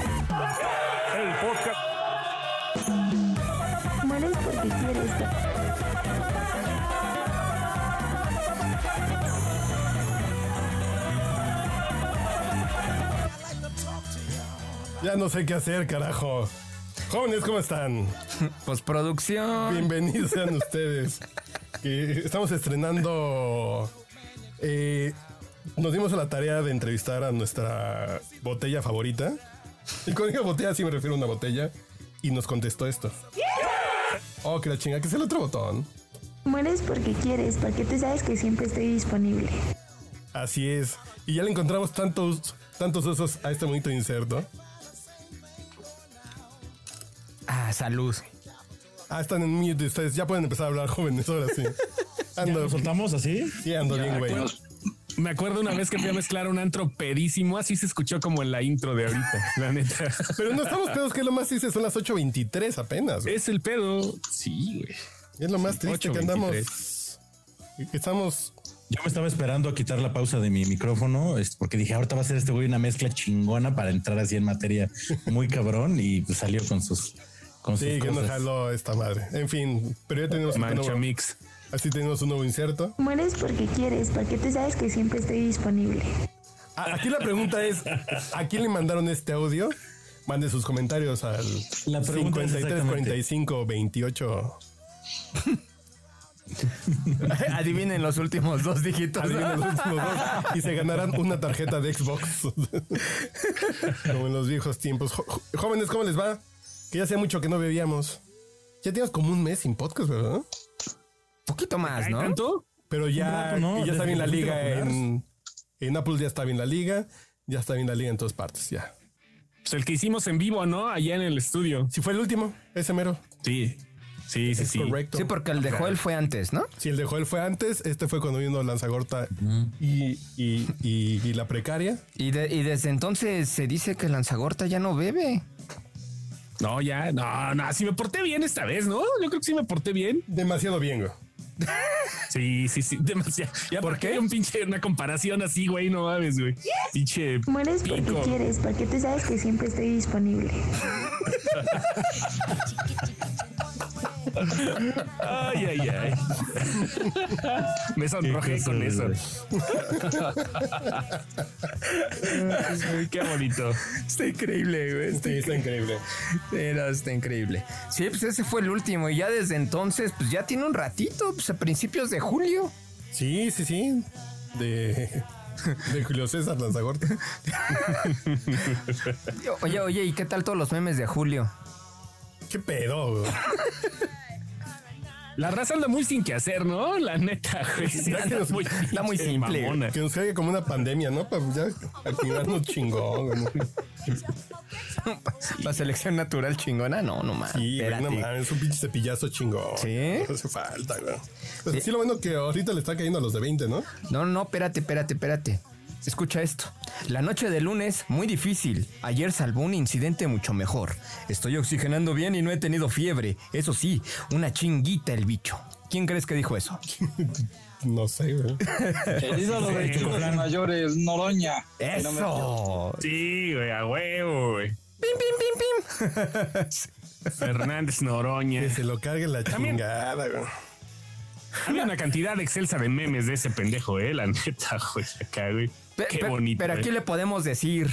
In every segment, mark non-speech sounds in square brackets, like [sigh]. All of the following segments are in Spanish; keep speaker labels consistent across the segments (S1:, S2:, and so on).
S1: El podcast.
S2: Mueres porque quieres.
S3: Ya no sé qué hacer, carajo. Jóvenes, ¿cómo están?
S4: Postproducción.
S3: Bienvenidos
S5: [laughs]
S3: sean ustedes. Que estamos estrenando. eh, nos dimos a la tarea de entrevistar a nuestra botella favorita. Y cuando digo botella, sí me refiero a una botella. Y nos contestó esto. Oh, que la chinga, que es el otro botón.
S2: Mueres porque quieres, porque tú sabes que siempre estoy disponible.
S3: Así es. Y ya le encontramos tantos, tantos usos a este bonito inserto.
S4: Ah, salud.
S3: Ah, están en mute ustedes. Ya pueden empezar a hablar, jóvenes, ahora
S5: [laughs]
S3: sí. Ando,
S5: ¿Lo soltamos así?
S3: sí, ando bien, güey.
S6: Me acuerdo una vez que fui a mezclar un antro pedísimo, así se escuchó como en la intro de ahorita, la neta.
S3: Pero no estamos pedos, que es lo más triste, son las 8.23 apenas. güey.
S6: Es el pedo. Eh, Sí, güey.
S3: Es lo más triste que
S6: 8:23.
S3: andamos. que Estamos.
S5: Yo me estaba esperando a quitar la pausa de mi micrófono es porque dije, ahorita va a ser este güey una mezcla chingona para entrar así en materia muy cabrón y pues, salió con sus con sus
S3: Sí, que nos
S5: cosas.
S3: jaló esta madre. En fin, pero ya tenemos un
S6: Mancha
S3: nuevo,
S6: mix.
S3: Así tenemos un nuevo inserto.
S2: Mueres porque quieres, porque tú sabes que siempre estoy disponible.
S3: Ah, Aquí la pregunta es: ¿a quién le mandaron este audio? Mande sus comentarios al
S5: La pregunta es
S3: 53 45 28.
S4: [laughs] Adivinen los últimos dos dígitos.
S3: Adivinen los últimos dos y se ganarán una tarjeta de
S4: [laughs]
S3: Xbox. Como en los viejos tiempos. Jo- jo- Jóvenes, ¿cómo les va? Que ya hacía mucho que no bebíamos. Ya tienes como un mes sin podcast, ¿verdad?
S4: Poquito más,
S6: ¿Hay
S4: ¿no?
S6: tanto?
S3: Pero ya,
S5: rato, ¿no?
S3: y ya está
S5: Desde
S3: bien la
S5: que fuiste a
S3: liga
S5: vacunar.
S3: en, en Apple, ya está bien la liga, ya está bien la liga en todas partes, ya.
S6: Pues el que hicimos en vivo, ¿no? Allá en el estudio.
S3: Si fue el último, ese mero.
S6: Sí. Sí, sí,
S3: Es
S6: sí.
S3: correcto.
S4: Sí, porque el de Joel fue antes, ¿no?
S3: Si el de Joel fue antes, este fue cuando vino Lanzagorta y, y, y- y la precaria.
S4: Y, de- y desde entonces se dice que Lanzagorta ya no bebe.
S6: No, ya. No, no. Si me porté bien esta vez, ¿no? Yo creo que sí me porté bien.
S3: Demasiado bien, güey.
S6: Sí, sí, [laughs] sí. Demasiado. Ya, ¿por qué? Un pinche, una comparación así, güey. No mames, güey. Pinche.
S2: Mueres porque
S6: pico.
S2: quieres, porque tú sabes que siempre estoy disponible.
S6: Ay, ay,
S4: [laughs]
S6: ay. Me sonrojé
S5: Qué
S6: con eso.
S5: cosas,
S4: [laughs]
S6: Qué bonito.
S4: Está increíble, güey.
S3: Sí, está increíble.
S4: Era, está increíble. Sí, pues ese fue el último. Y ya desde entonces, pues ya tiene un ratito, pues a principios de julio.
S3: Sí, sí, sí. De, de Julio César Lanzagorta.
S4: Oye, oye, ¿y qué tal todos los memes de julio?
S3: ¿Qué pedo? güey?
S6: La raza anda muy sin que hacer, ¿no? La neta, güey. Sí,
S3: Ya que
S6: anda
S3: los-
S6: muy,
S4: anda muy
S6: pinche
S4: simple, güey.
S6: mamona.
S3: Que nos caiga como una pandemia, ¿no? Para ya activarnos chingón. güey.
S4: La selección natural chingona, no, no más.
S3: Sí, güey, no mames, es un pinche cepillazo chingón.
S4: ¿Sí?
S3: No hace falta, güey. Pues sí. lo bueno que ahorita le está cayendo a los de 20, ¿no?
S4: No, no, espérate, espérate, espérate. Escucha esto. La noche de lunes, muy difícil. Ayer salvó un incidente mucho mejor. Estoy oxigenando bien y no he tenido fiebre. Eso sí, una chinguita el bicho. ¿Quién crees que dijo eso?
S3: No sé, güey.
S7: Querido lo de
S6: Sí,
S7: chicos
S5: claro.
S7: mayores, Noroña. No me-
S4: ¡Eso!
S6: Sí, güey, a huevo, güey.
S4: ¡Pim, pim, pim, pim!
S6: [laughs] Fernández Noroña.
S4: [laughs]
S3: Que se lo cargue la
S6: También-
S3: chingada, güey.
S6: Había una cantidad excelsa de memes de ese pendejo, eh, la neta, güey. Acá, güey.
S4: Pe-
S6: Qué
S4: pe-
S6: bonito. eh.
S4: Pero
S6: güey.
S4: aquí le podemos decir.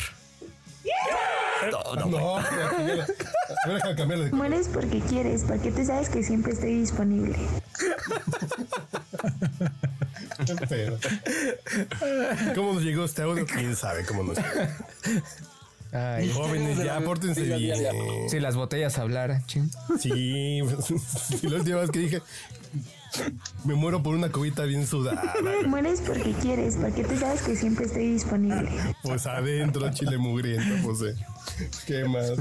S3: Oh, No, no, no. Voy a cambiar de.
S2: Mueres porque quieres, porque tú sabes que siempre estoy disponible.
S3: qué [laughs] pedo. ¿Cómo nos llegó este audio? ¿Quién sabe cómo nos llegó?
S4: Ay,
S3: Jóvenes, ya pórtense
S7: Sí, ya,
S3: bien.
S7: ya,
S4: si las botellas hablaran, ching.
S3: [laughs] Sí, si los llevas que dije, me muero por una cubita bien sudada.
S2: Mueres porque quieres, porque tú sabes que siempre estoy disponible.
S3: Pues adentro, chile mugriento, pues. eh. ¿Qué más?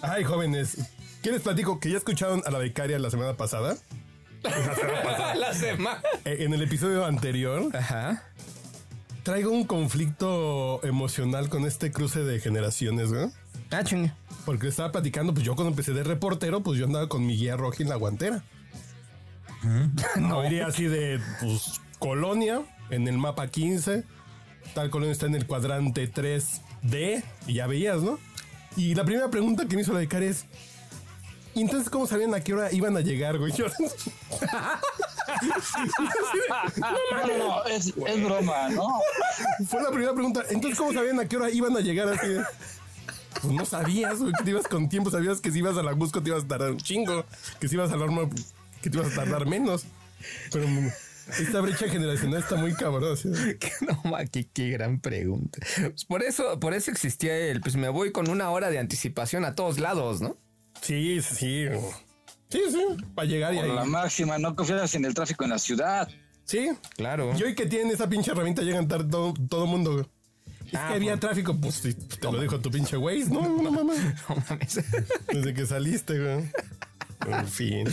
S3: Ay, jóvenes, ¿qué les platico? Que ya escucharon a la becaria la semana pasada. [laughs]
S4: La semana.
S3: Eh, En el episodio anterior,
S4: Ajá.
S3: traigo un conflicto emocional con este cruce de generaciones, güey.
S4: Ah, chinga.
S3: Porque estaba platicando, pues yo cuando empecé de reportero, pues yo andaba con mi guía roja en la guantera. No iría así de, pues, colonia, en el mapa 15, tal colonia está en el cuadrante 3D, y ya veías, ¿no? Y la primera pregunta que me hizo la de Care es, ¿y entonces cómo sabían a qué hora iban a llegar, güey? [laughs] Yo-
S7: No, no, no, es, es broma, ¿no?
S3: fue la primera pregunta, ¿entonces cómo sabían a qué hora iban a llegar así? de- Pues no sabías, güey, que te ibas con tiempo, sabías que si ibas a la Cusco te ibas a tardar un chingo, que si ibas al horno, que te ibas a tardar menos. Pero mm, esta brecha generacional está muy cabrón. ¿sí?
S4: [laughs] Que No, ma, qué, qué gran pregunta. Pues por eso, por eso existía el, pues me voy con una hora de anticipación a todos lados, ¿no?
S3: Sí, sí. Sí, sí, para llegar y
S7: Por
S3: ahí.
S7: la máxima, no confías en el tráfico en la ciudad.
S3: Sí.
S4: Claro.
S3: Y hoy que tienen esa pinche herramienta llegan tarde todo, todo mundo. güey. Es
S4: Ah,
S3: que había
S4: bueno.
S3: tráfico, pues sí, te lo dijo tu pinche güey. No, no mames.
S4: No mames.
S3: Desde que saliste, güey. En fin.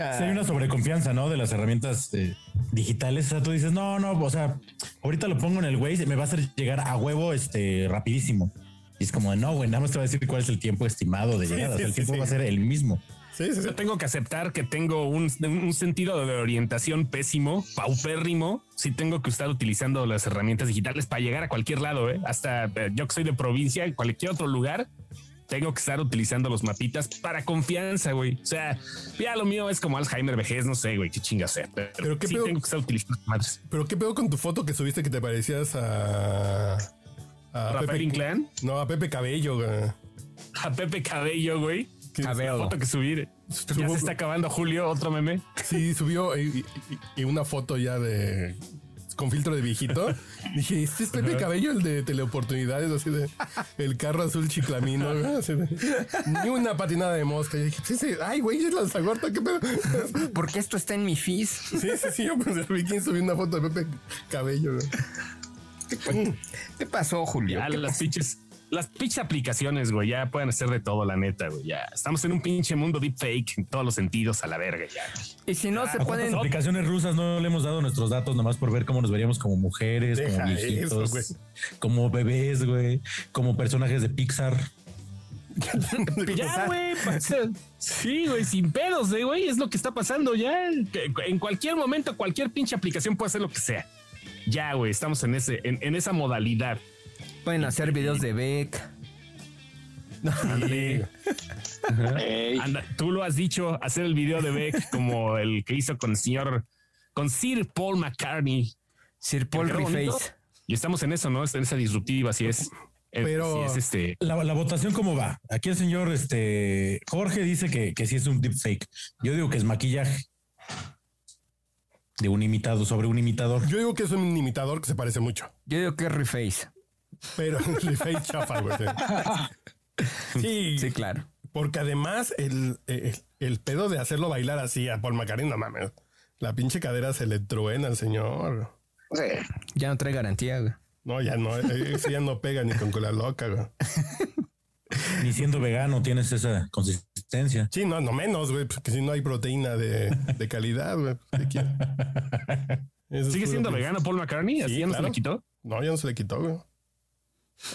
S4: Ah,
S5: Sí, hay una sobreconfianza, ¿no? De las herramientas eh, digitales. O sea, tú dices, no, no, o sea, ahorita lo pongo en el Waze, me va a hacer llegar a huevo este rapidísimo. Y es como, no, güey, nada más te va a decir cuál es el tiempo estimado de llegada. O sea,
S3: sí,
S5: el
S3: sí,
S5: tiempo
S3: sí.
S5: va a ser el mismo.
S3: Sí, sí, sí.
S6: Yo tengo que aceptar que tengo un, un sentido de orientación pésimo, paupérrimo, si tengo que estar utilizando las herramientas digitales para llegar a cualquier lado, ¿eh? hasta eh, yo que soy de provincia, en cualquier otro lugar, tengo que estar utilizando los mapitas para confianza, güey. O sea, ya lo mío es como Alzheimer, vejez, no sé, güey, qué chinga sea. Pero,
S3: Pero qué
S6: sí
S3: pedo-
S6: tengo que estar utilizando las madres.
S3: Pero qué pedo con tu foto que subiste que te parecías a. a
S6: Rafael Inclán,
S3: No, a Pepe Cabello. güey.
S6: a Pepe Cabello, güey.
S3: Que-
S6: La Foto que subir. Ya
S3: Subo-
S6: se está acabando Julio, otro meme.
S3: Sí, subió y, y- y una foto ya de. con filtro de viejito.
S6: [laughs]
S3: Dije, este es Pepe Cabello, el de teleoportunidades, así de. El carro azul chiclamino, güey, así de- Ni una patinada de mosca. Y dije, sí, sí, ay, güey, es la zagorta, qué pedo.
S4: Porque esto está en mi fis.
S3: Sí, sí, sí, yo pensé, vi quién subió una foto de Pepe Cabello, güey.
S4: ¿Qué pasó, Julio?
S6: Ya
S4: ¿Qué
S6: las
S4: pasó?
S6: pinches, las pinches aplicaciones, güey, ya pueden hacer de todo, la neta, güey. Ya estamos en un pinche mundo deepfake en todos los sentidos a la verga, [laughs] ya.
S4: Y si no se
S5: ¿A cuántas
S4: pueden.
S5: aplicaciones rusas no le hemos dado nuestros datos nomás por ver cómo nos veríamos como mujeres,
S3: Deja
S5: como
S3: eso,
S5: viejitos,
S3: güey.
S5: como bebés, güey, como personajes de Pixar?
S6: Ya, güey, pasa- sí, güey, sin pedos, eh, güey, es lo que está pasando ya. Que- En cualquier momento, cualquier pinche aplicación puede hacer lo que sea. Ya, güey, estamos en ese, en, en esa modalidad.
S4: Pueden hacer videos de Beck.
S6: Ándale,
S7: Ey,
S6: Eh, anda, tú lo has dicho, hacer el video de Beck como el que hizo con el señor, con Sir Paul McCartney.
S4: Sir Paul
S6: Qué bonito.
S4: Reface.
S6: Y estamos en eso, ¿no? En esa disruptiva, así es. Eh,
S3: Pero-
S6: sí es este.
S5: La, la votación, ¿cómo va? Aquí el señor este, Jorge dice que, que sí es un deepfake. Yo digo que es maquillaje de un imitado sobre un imitador.
S3: Yo digo que es un imitador que se parece mucho.
S4: Yo digo que es Reface.
S3: Pero el face chafa, güey. Sí,
S4: Sí, claro.
S3: porque además el, el, el pedo de hacerlo bailar así a Paul McCartney, no mames. La pinche cadera se le truena al señor.
S4: Ya no trae garantía, güey.
S3: No, ya no, eh, eso ya no pega ni con cola loca, güey.
S5: Ni siendo vegano tienes esa consistencia.
S3: Sí, no, no menos, güey, porque si no hay proteína de, de calidad, güey. ¿qué quiere? Eso es
S6: ¿Sigue
S3: puro
S6: siendo
S3: pinche-
S6: vegano Paul McCartney? ¿Así
S3: Sí,
S6: ya no se
S3: claro.
S6: le quitó?
S3: No, ya no se le quitó, güey.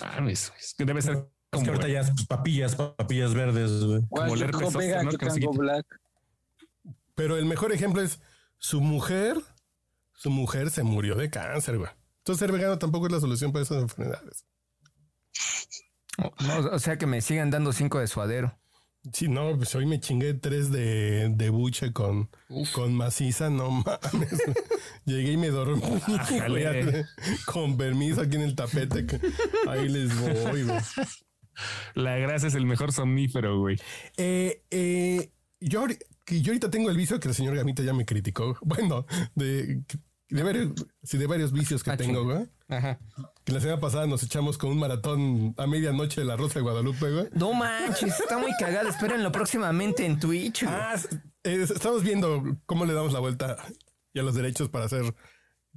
S6: Mames, es que debe ser
S5: Es que
S6: como,
S5: ahorita ya es, pues, papillas, papillas verdes. güey.
S7: ¿cuál
S6: oler
S7: choco
S6: pezote,
S7: pega,
S6: ¿no?
S7: que
S6: Que no se
S7: tango
S6: quita.
S7: black?
S3: Pero el mejor ejemplo es su mujer, su mujer se murió de cáncer, güey. Entonces ser vegano tampoco es la solución para esas enfermedades.
S4: O- no, o sea que me sigan dando cinco de suadero.
S3: Sí, no, pues hoy me chingué tres de, de buche con, con maciza, no mames. Llegué y me dormí.
S6: Ájale.
S3: güey, con permiso aquí en el tapete. que- Ahí les voy, güey.
S6: la grasa es el mejor somnífero, güey.
S3: Eh, eh, yo, ahori- que yo ahorita tengo el vicio que el señor Gamita ya me criticó. Bueno, de que- de varios, sí, de varios vicios que
S4: Ah,
S3: tengo, güey.
S4: Ajá.
S3: Que la semana pasada nos echamos con un maratón a medianoche de la Rosa de Guadalupe, güey.
S4: No manches, está muy cagado. Espérenlo próximamente en Twitch. güey.
S3: Ah, es- es- estamos viendo cómo le damos la vuelta y a los derechos para hacer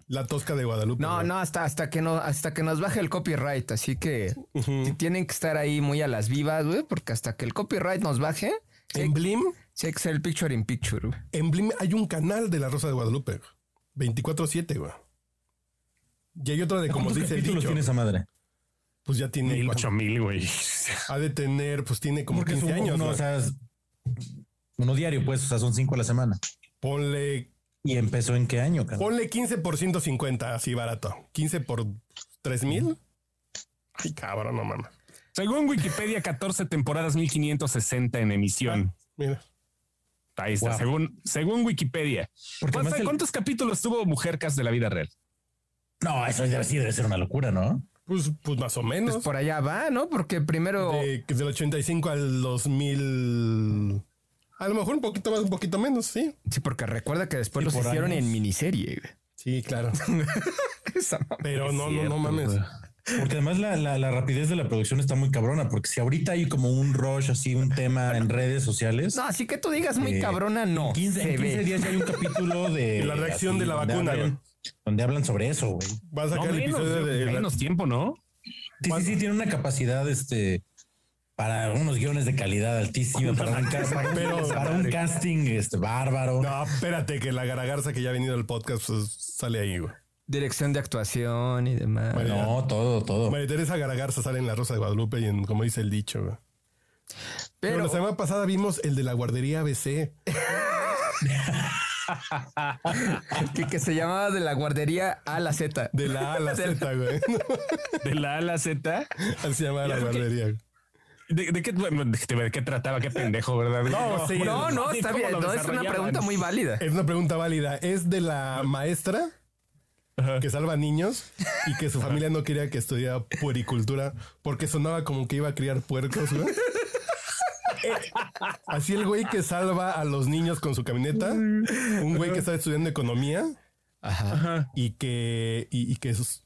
S3: la tosca de Guadalupe.
S4: No,
S3: güey.
S4: no, hasta, hasta que no, hasta que nos baje el copyright. Así que
S3: Mm.
S4: sí tienen que estar ahí muy a las vivas, güey, porque hasta que el copyright nos baje,
S3: En
S4: sí hay-
S3: Blim,
S4: sí hay que ser el picture in picture, güey.
S3: en Blim hay un canal de la Rosa de Guadalupe. güey. 24-7, güey. Y hay otro de como
S5: ¿Cuántos
S3: dice el
S5: capítulos
S3: dicho.
S5: tiene esa madre?
S3: Pues ya tiene.
S6: Mil ocho
S3: cuánto-
S6: mil, güey.
S3: Ha de tener, pues tiene como
S5: Porque es
S3: 15
S5: uno-
S3: años.
S5: uno,
S3: güey.
S5: o sea, es- uno diario, pues, o sea, son cinco a la semana.
S3: Ponle,
S5: ¿Y empezó en qué año? cabrón?
S3: ponle 15 por 150, así barato. 15 por 3 mil. Ay, cabrón, no mames.
S6: Según Wikipedia, 14 temporadas, 1560 en emisión.
S3: Mira.
S6: Ahí está,
S5: Wow.
S6: según, según Wikipedia.
S5: Porque
S6: ¿Cuánta-
S5: además el-
S6: ¿Cuántos capítulos tuvo Mujercas de la vida real?
S5: No, eso debe, sí debe ser una locura, ¿no?
S3: Pues, pues más o menos.
S4: Pues por allá va, ¿no? Porque primero
S3: De- que del 85 al 2000. A lo mejor un poquito más, un poquito menos, sí.
S4: Sí, porque recuerda que después
S5: Sí,
S4: los
S5: por
S4: hicieron
S5: años.
S4: en miniserie. güey.
S3: [laughs] Sí, claro.
S4: Esa mamá.
S3: Pero no, no, no mames.
S5: Porque además la, la- la rapidez de la producción está muy cabrona, porque si ahorita hay como un rush, así un tema en redes sociales.
S4: No, así que tú digas muy
S5: eh,
S4: cabrona, no.
S5: En 15,
S4: se
S5: en 15
S4: ve.
S5: días ya hay un
S3: [laughs]
S5: capítulo de...
S3: La reacción de la
S5: donde
S3: vacuna,
S5: hablan-
S3: güey.
S5: donde hablan sobre eso, güey.
S3: Va a
S6: No,
S3: sacar el
S6: menos,
S3: episodio de.
S6: menos tiempo, ¿no?
S5: Sí, sí, sí, tiene una capacidad este para unos guiones de calidad altísima, para
S3: [laughs]
S5: un, ca- para un-
S3: Pero-
S5: [laughs] para un casting este bárbaro.
S3: No, espérate, que la garagarza que ya ha venido al podcast pues, sale ahí, güey.
S4: Dirección de actuación y demás.
S3: Bueno.
S5: No, todo, todo.
S3: María Teresa Garagarza sale en La Rosa de Guadalupe y en, como dice el dicho, güey. Pero,
S4: pero
S3: la semana pasada vimos el de la guardería ABC.
S4: que, que se llamaba de la guardería a la Z.
S3: De la A a la Z, güey. [laughs]
S6: De la A a la Z.
S3: Así se llamaba la guardería. güey.
S6: ¿De, de qué, bueno, de- de qué trataba? Qué pendejo, ¿verdad? [laughs]
S3: No, sí.
S4: No, no,
S6: Sí,
S4: está
S6: ¿cómo
S4: bien.
S6: lo
S4: No, es una
S6: desarrollaban?
S4: pregunta muy válida.
S3: Es una pregunta válida. Es de la maestra que salva niños y que su familia no quería que estudiara puericultura porque sonaba como que iba a criar puercos, güey. Eh, Así el güey que salva a los niños con su camioneta, un güey que está estudiando economía y que, y, y que sus-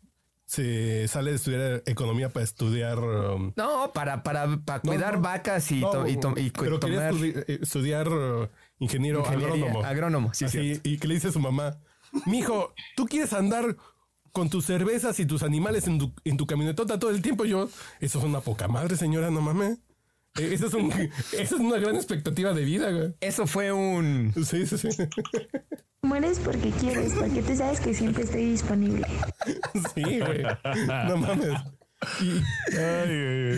S3: se sale de estudiar economía para estudiar... um,
S4: No, para, para, para cuidar
S3: no.
S4: vacas y,
S3: no,
S4: to- y to- y cu-
S3: pero quería
S4: tomar
S3: estudi- eh, estudiar uh, ingeniero
S4: ingeniería.
S3: agrónomo.
S4: Agrónomo, sí,
S3: Así,
S4: sí.
S3: y que le dice a su mamá, mijo, ¿tú quieres andar con tus cervezas y tus animales en tu, en tu camionetota todo el tiempo? Y Yo, eso es una poca madre, señora, no mames. Eh, Esa es, un- [laughs] esa es una gran expectativa de vida, güey.
S4: Eso fue un...
S3: Sí, sí, [laughs] sí.
S2: Mueres porque quieres, porque tú sabes que siempre estoy disponible.
S3: Sí, güey. No mames. Y-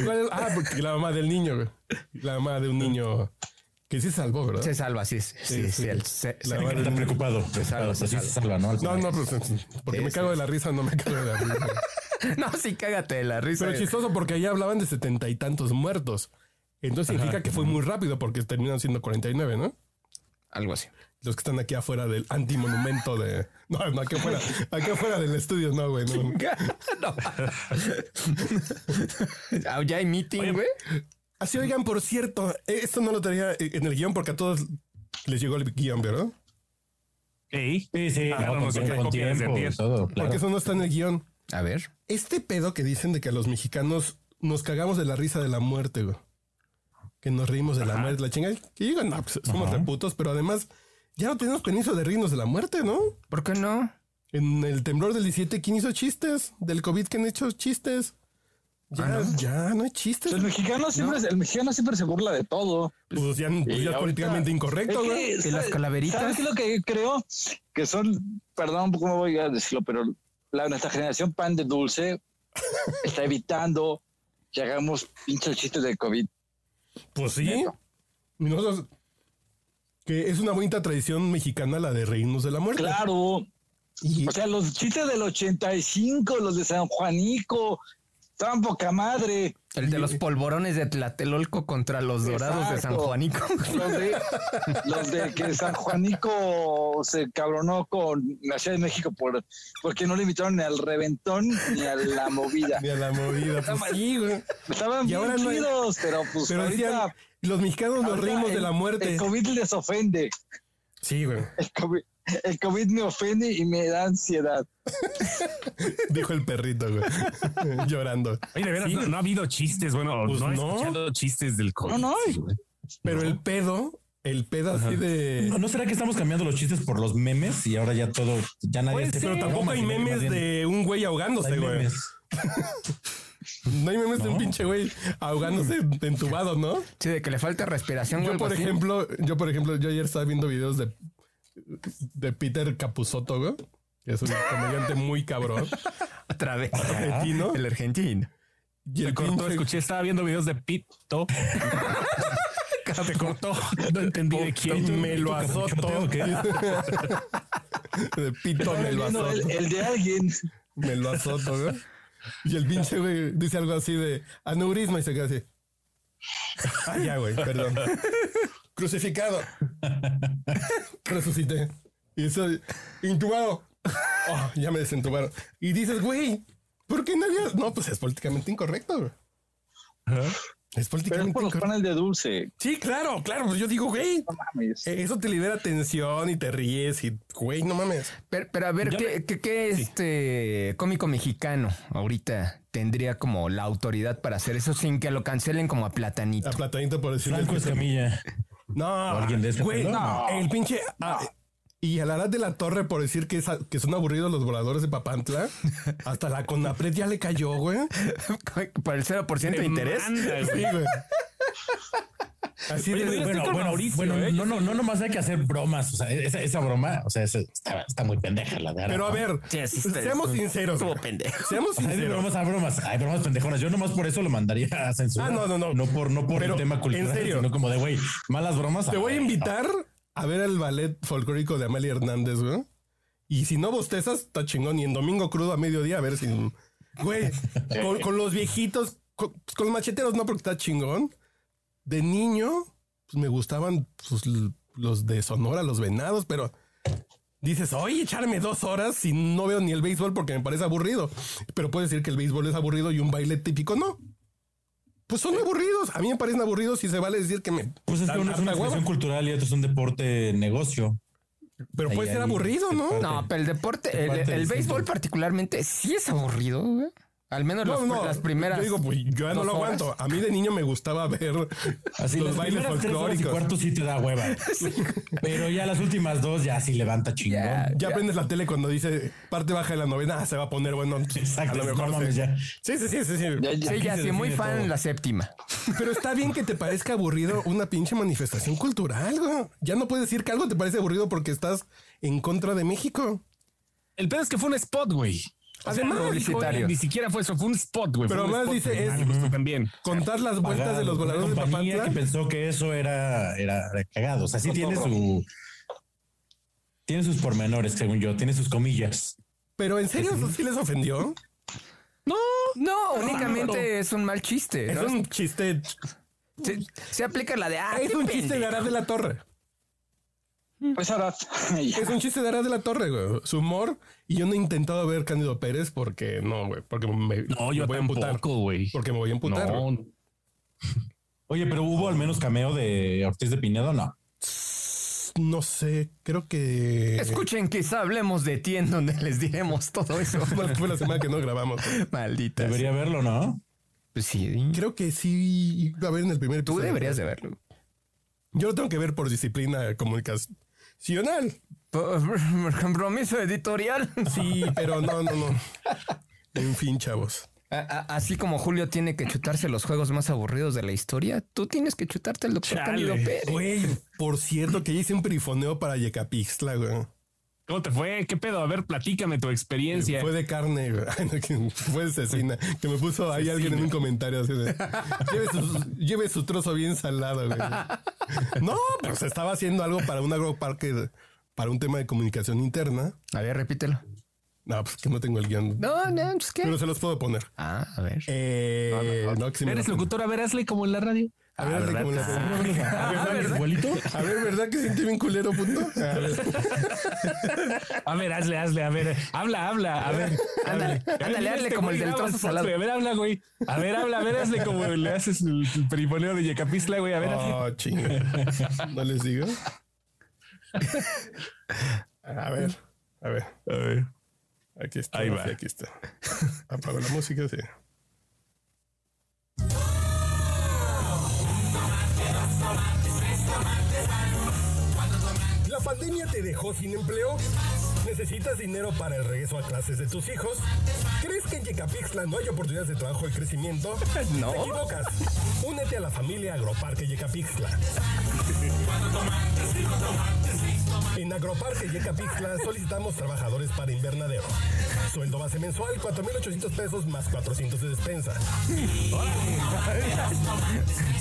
S3: ¿cuál es? Ah, porque la mamá del niño, güey. La mamá de un niño que sí se salvó, ¿verdad?
S4: Se salva, sí, sí, sí,
S3: sí.
S4: sí, el- se-
S3: La
S4: se-
S3: madre
S5: Está preocupado.
S4: salva, se
S5: Así se salva,
S4: salva.
S5: ¿no? Al
S3: No,
S5: final.
S3: no, pero- porque
S4: pues, Sí,
S3: me
S4: sí.
S3: cago de la risa, no me cago de la
S4: [laughs]
S3: risa.
S4: No, sí, cágate de la risa.
S3: Pero chistoso porque ahí hablaban de setenta y tantos muertos. Entonces significa que fue muy rápido porque terminan siendo 49, ¿no?
S4: Algo así.
S3: Los que están aquí afuera del antimonumento de... No, no, aquí afuera. Aquí afuera del estudio, no, güey. no.
S4: [laughs] No. [laughs] Ah, ya hay meeting, güey.
S3: Así, oigan, por cierto, eh, esto no lo tenía eh, en el guión porque a todos les llegó el guión, ¿verdad?
S6: Ey,
S5: Sí, sí,
S6: Ah,
S5: no,
S6: no,
S5: con,
S6: porque
S5: con
S6: copias de
S5: tiempo,
S6: tiempo.
S5: todo. claro.
S3: Porque eso no está en el guión.
S4: A ver.
S3: Este pedo que dicen de que a los mexicanos nos cagamos de la risa de la muerte, güey. Que nos reímos de la muerte, la chingada. Que digan, no, pues, somos
S5: Ajá.
S3: de putos, pero además ya no tenemos permiso de reírnos de la muerte, ¿no?
S4: ¿Por qué no?
S3: En el temblor del 17, ¿quién hizo chistes? Del COVID, ¿quién hecho chistes? Ya, ya, Ah, no hay chistes.
S7: Pues El mexicano, siempre, el mexicano siempre se burla de todo.
S3: Pues ya, pues ya
S7: Y
S3: es
S7: ahorita-
S3: políticamente incorrecto,
S7: Es que,
S3: güey.
S7: ¿sabe-
S4: las calaveritas?
S7: ¿Sabes qué es lo que creo? Que son, perdón, ¿cómo voy a decirlo? Pero la, nuestra generación pan de dulce está evitando que hagamos pinches chistes de COVID.
S3: Pues sí. Y nosotros- que es una bonita tradición mexicana la de reírnos de la muerte.
S7: Claro.
S3: Y-
S7: O sea, los chistes del 85, los de San Juanico, estaban poca madre.
S4: El de los polvorones de Tlatelolco contra los dorados de San
S7: Exacto.
S4: Juanico. [laughs]
S7: Los de, los de que San Juanico se cabronó con la Ciudad de México por, porque no le invitaron ni al reventón ni a la movida.
S3: Mira la movida.
S7: [laughs]
S3: Pues sí, güey.
S7: Estaban
S3: Y
S7: bien
S3: ahora no hay-
S7: chidos, pero pues
S3: Pero
S7: ahorita,
S3: decían, los mexicanos nos
S7: ahorita
S3: reímos de
S7: el-
S3: la muerte.
S7: El COVID les ofende.
S3: Sí, güey.
S7: El COVID, El COVID me ofende y me da ansiedad.
S3: Dijo el perrito, güey. Llorando.
S6: Oye, de veras,
S3: Sí.
S6: no, no ha habido chistes. Bueno,
S3: Pues
S6: no, he
S3: no.
S6: escuchado chistes del COVID.
S7: No, no hay.
S6: güey.
S3: Pero el pedo, el pedo así de.
S5: ¿No será que estamos cambiando los chistes por los memes y ahora ya todo, ya nadie
S6: Puede ser.
S3: Pues este,
S5: hace
S3: Pero tampoco
S5: bromas,
S3: hay
S5: sino que
S3: memes
S5: más bien
S3: de un güey
S5: hay
S3: ahogándose, güey.
S5: memes?
S3: No hay memes de un
S5: No.
S3: pinche güey ahogándose entubado, ¿no?
S4: Sí, de que le falta respiración, güey.
S3: Yo, por
S4: pues algo así.
S3: ejemplo, yo, por ejemplo, yo ayer estaba viendo videos de, de Peter Capusotto, güey. Que es un comediante muy cabrón.
S4: Otra vez.
S3: Argentino.
S4: El argentino.
S3: Y
S6: Te
S3: el
S6: cortó,
S3: pinche-
S6: escuché, estaba viendo videos de
S3: [laughs]
S6: Pito. Te cortó, no entendí de quién.
S3: me lo azoto. [laughs] De pito me lo
S7: No,
S3: azoto.
S7: el, el de
S3: [laughs]
S7: alguien.
S3: Me lo azoto, [laughs] güey. Y el pinche güey dice algo así de aneurisma y se queda así. [laughs] Ah, ya, güey, perdón. [laughs] Crucificado. Resucité. Y soy intubado. Oh, ya me desentubaron. Y dices, güey, ¿por qué nadie? No, pues es políticamente incorrecto, güey. Es
S7: Pero es
S3: políticamente
S7: por los
S3: incorrecto.
S7: panes de dulce.
S3: Sí, claro, claro. Pues yo digo, güey,
S7: No mames.
S3: eh, eso te libera tensión y te ríes y, güey, no mames.
S4: Pero, pero a ver,
S6: Yo-
S4: ¿qué, qué- qué, este cómico mexicano ahorita tendría como la autoridad para hacer eso sin que lo cancelen como a platanito?
S3: A platanito por decirle.
S5: Franco Escamilla.
S3: No,
S5: alguien de ese
S3: güey,
S5: pelo?
S3: no, el pinche ah, y al Arad de la Torre por decir que, es a- que son aburridos los voladores de [laughs] Papantla, hasta la Conapred ya le cayó, güey.
S4: [laughs] ¿Por el 0% de interés?
S6: Demanda, güey.
S3: Sí, güey. Así de,
S6: Oye,
S5: Bueno,
S6: con
S5: bueno,
S6: Mauricio,
S5: bueno,
S6: ¿eh?
S5: no, no, no, nomás hay que hacer bromas. O sea, e-, esa, esa broma, o sea, esa- está, está muy pendeja la de ahora,
S3: pero a
S5: ¿no?
S3: ver, seamos sinceros. güey. Seamos
S5: O sea, hay de
S3: sinceros.
S5: bromas, hay bromas, hay bromas pendejonas. Yo nomás por eso lo mandaría a censurar.
S3: Ah, no, no, no.
S5: No por, no por
S3: Pero,
S5: el tema cultural,
S3: en serio.
S5: sino como de, güey, malas bromas.
S3: Te voy a
S5: ver,
S3: invitar a ver el ballet folclórico de Amalia Hernández, güey. Y si no bostezas, está chingón. Y en domingo crudo a mediodía, a ver si. Güey, con, con los viejitos, con, con los macheteros, no, porque está chingón. De niño, pues, me gustaban pues, l- los de Sonora, los venados, pero dices, oye, echarme dos horas si no veo ni el béisbol porque me parece aburrido. Pero puedes decir que el béisbol es aburrido y un baile típico no. Pues son aburridos. A mí me parecen aburridos y se vale decir que me.
S5: Pues es que
S3: dan
S5: uno es una
S3: harta hueva.
S5: expresión cultural y otro es un deporte negocio.
S3: Pero
S5: Ahí,
S3: puede ser
S5: ahí,
S3: aburrido,
S5: este,
S3: ¿no?
S5: parte.
S4: No, pero el deporte, el,
S5: parte
S4: el
S5: del
S4: béisbol
S5: centro.
S4: particularmente, sí es aburrido, güey. Al menos los- las primeras.
S3: Yo digo, pues yo ya no
S4: dos
S3: lo
S4: horas.
S3: aguanto. A mí de niño me gustaba ver
S5: Así
S3: los
S5: las
S3: bailes
S5: primeras tres horas y
S3: folclóricos.
S5: cuarto sí te da hueva.
S3: [laughs]
S5: Pero ya las últimas dos ya sí levanta chingón.
S4: Ya.
S3: Ya aprendes la tele cuando dice parte baja de la novena, ah, se va a poner bueno.
S5: Exacto,
S3: a lo
S5: no
S3: mejor
S5: mames,
S3: sí.
S5: ya.
S3: sí, sí, sí, sí, sí.
S7: Ya, ya.
S4: Sí, ya,
S5: se
S4: sí, muy
S5: define
S4: fan
S5: todo.
S4: la séptima.
S3: Pero está bien que te parezca aburrido una pinche manifestación cultural, güey. Ya no puedes decir que algo te parece aburrido porque estás en contra de México.
S6: El pedo es que fue un spot, güey. O sea,
S3: Además,
S6: no dijo-
S4: publicitario.
S6: Ni siquiera fue eso, fue un spot, güey.
S3: Pero
S6: Fue un spot
S3: además dice,
S6: de
S3: es-
S6: mal gusto también.
S3: Contar las vueltas
S5: pagado.
S3: de los
S5: Una
S3: voladores de
S5: compañía
S3: Papantla.
S5: que pensó que eso era, era cagado. O sea, sí tiene su. Tiene sus pormenores, según yo, tiene sus comillas.
S3: Pero en serio, ¿eso sí les ofendió?
S4: No, únicamente
S6: no.
S4: es un mal chiste.
S3: Es
S4: ¿no?
S3: un chiste.
S4: Se, se aplica la de. Ah,
S3: Es
S4: qué
S3: un chiste de
S4: pendejo.
S3: Arad de la Torre. Eh,
S7: Pues ahora. [laughs] ya.
S3: Es un chiste de Arad de la Torre, güey. Su humor. Y yo no he intentado ver Cándido Pérez porque no, güey. Porque me,
S6: No,
S3: me
S6: yo
S3: voy a emputar.
S6: tampoco, güey.
S3: Porque me voy a emputar. güey.
S6: No,
S5: Oye, pero hubo al menos cameo de Ortiz de Pinedo, no.
S3: No sé, creo que.
S4: Escuchen, quizá hablemos de ti en donde les diremos todo eso. [laughs]
S3: Bueno, [laughs] fue la semana que no grabamos. güey.
S4: Maldita.
S5: Debería verlo, ¿no?
S4: Pues sí.
S3: Creo que sí iba a ver en el primer
S4: Tú
S3: episodio.
S4: deberías de verlo.
S3: Yo lo tengo que ver por disciplina comunicacional.
S4: Por por compromiso editorial.
S3: Sí, pero no, no, no. En fin, chavos.
S4: A- a- así como Julio tiene que chutarse los juegos más aburridos de la historia, tú tienes que chutarte el doctor
S6: Chale.
S4: Cándido Pérez.
S3: Güey, por cierto que hice un perifoneo para Yecapixtla, güey.
S6: ¿Cómo te fue? ¿Qué pedo? A ver, platícame tu experiencia.
S3: Fue de carne, güey. [laughs] que fue de cecina. Que me puso ahí alguien en un comentario así de, lleve, su, lleve su trozo bien salado, güey. No, pues estaba haciendo algo para un agroparque, para un tema de comunicación interna.
S4: A ver, repítelo.
S3: No, pues que no tengo el guión.
S4: No, no, pues qué.
S3: Pero se los puedo poner.
S4: Ah, a ver.
S3: Eh, no, que sí me
S6: Eres
S3: lo-
S6: locutor, a ver, hazle como en la radio.
S3: A ver, hazle como la-
S5: Ah, ¿verdad? ¿Igualito?
S3: [laughs] A ver, ¿verdad que sentí bien culero, punto? Ah, A ver.
S6: A ver, hazle, hazle, a ver. Habla, habla, a ver.
S4: Ándale,
S6: A ver,
S4: ándale,
S6: mira,
S4: hazle
S6: este
S4: como el
S6: güey
S4: del
S6: graba
S4: trozo
S6: el postre.
S4: salado.
S6: A ver, habla, güey. A ver, habla, a ver, hazle como le haces el perifoneo de Yecapistla, güey. A ver, hazle.
S3: Oh, chinga. No les digo. A ver, a ver.
S6: A ver.
S3: Aquí está.
S6: Ahí va.
S3: sí, aquí está. Apago la música, sí.
S8: ¿La pandemia te dejó sin empleo? ¿Necesitas dinero para el regreso a clases de tus hijos? ¿Crees que en Yecapixtla no hay oportunidades de trabajo y crecimiento? No. Te equivocas. Únete a la familia Agroparque Yecapixtla. En Agroparque Yecapixtla solicitamos trabajadores para invernadero. Sueldo base mensual 4.800 pesos más 400 de despensa.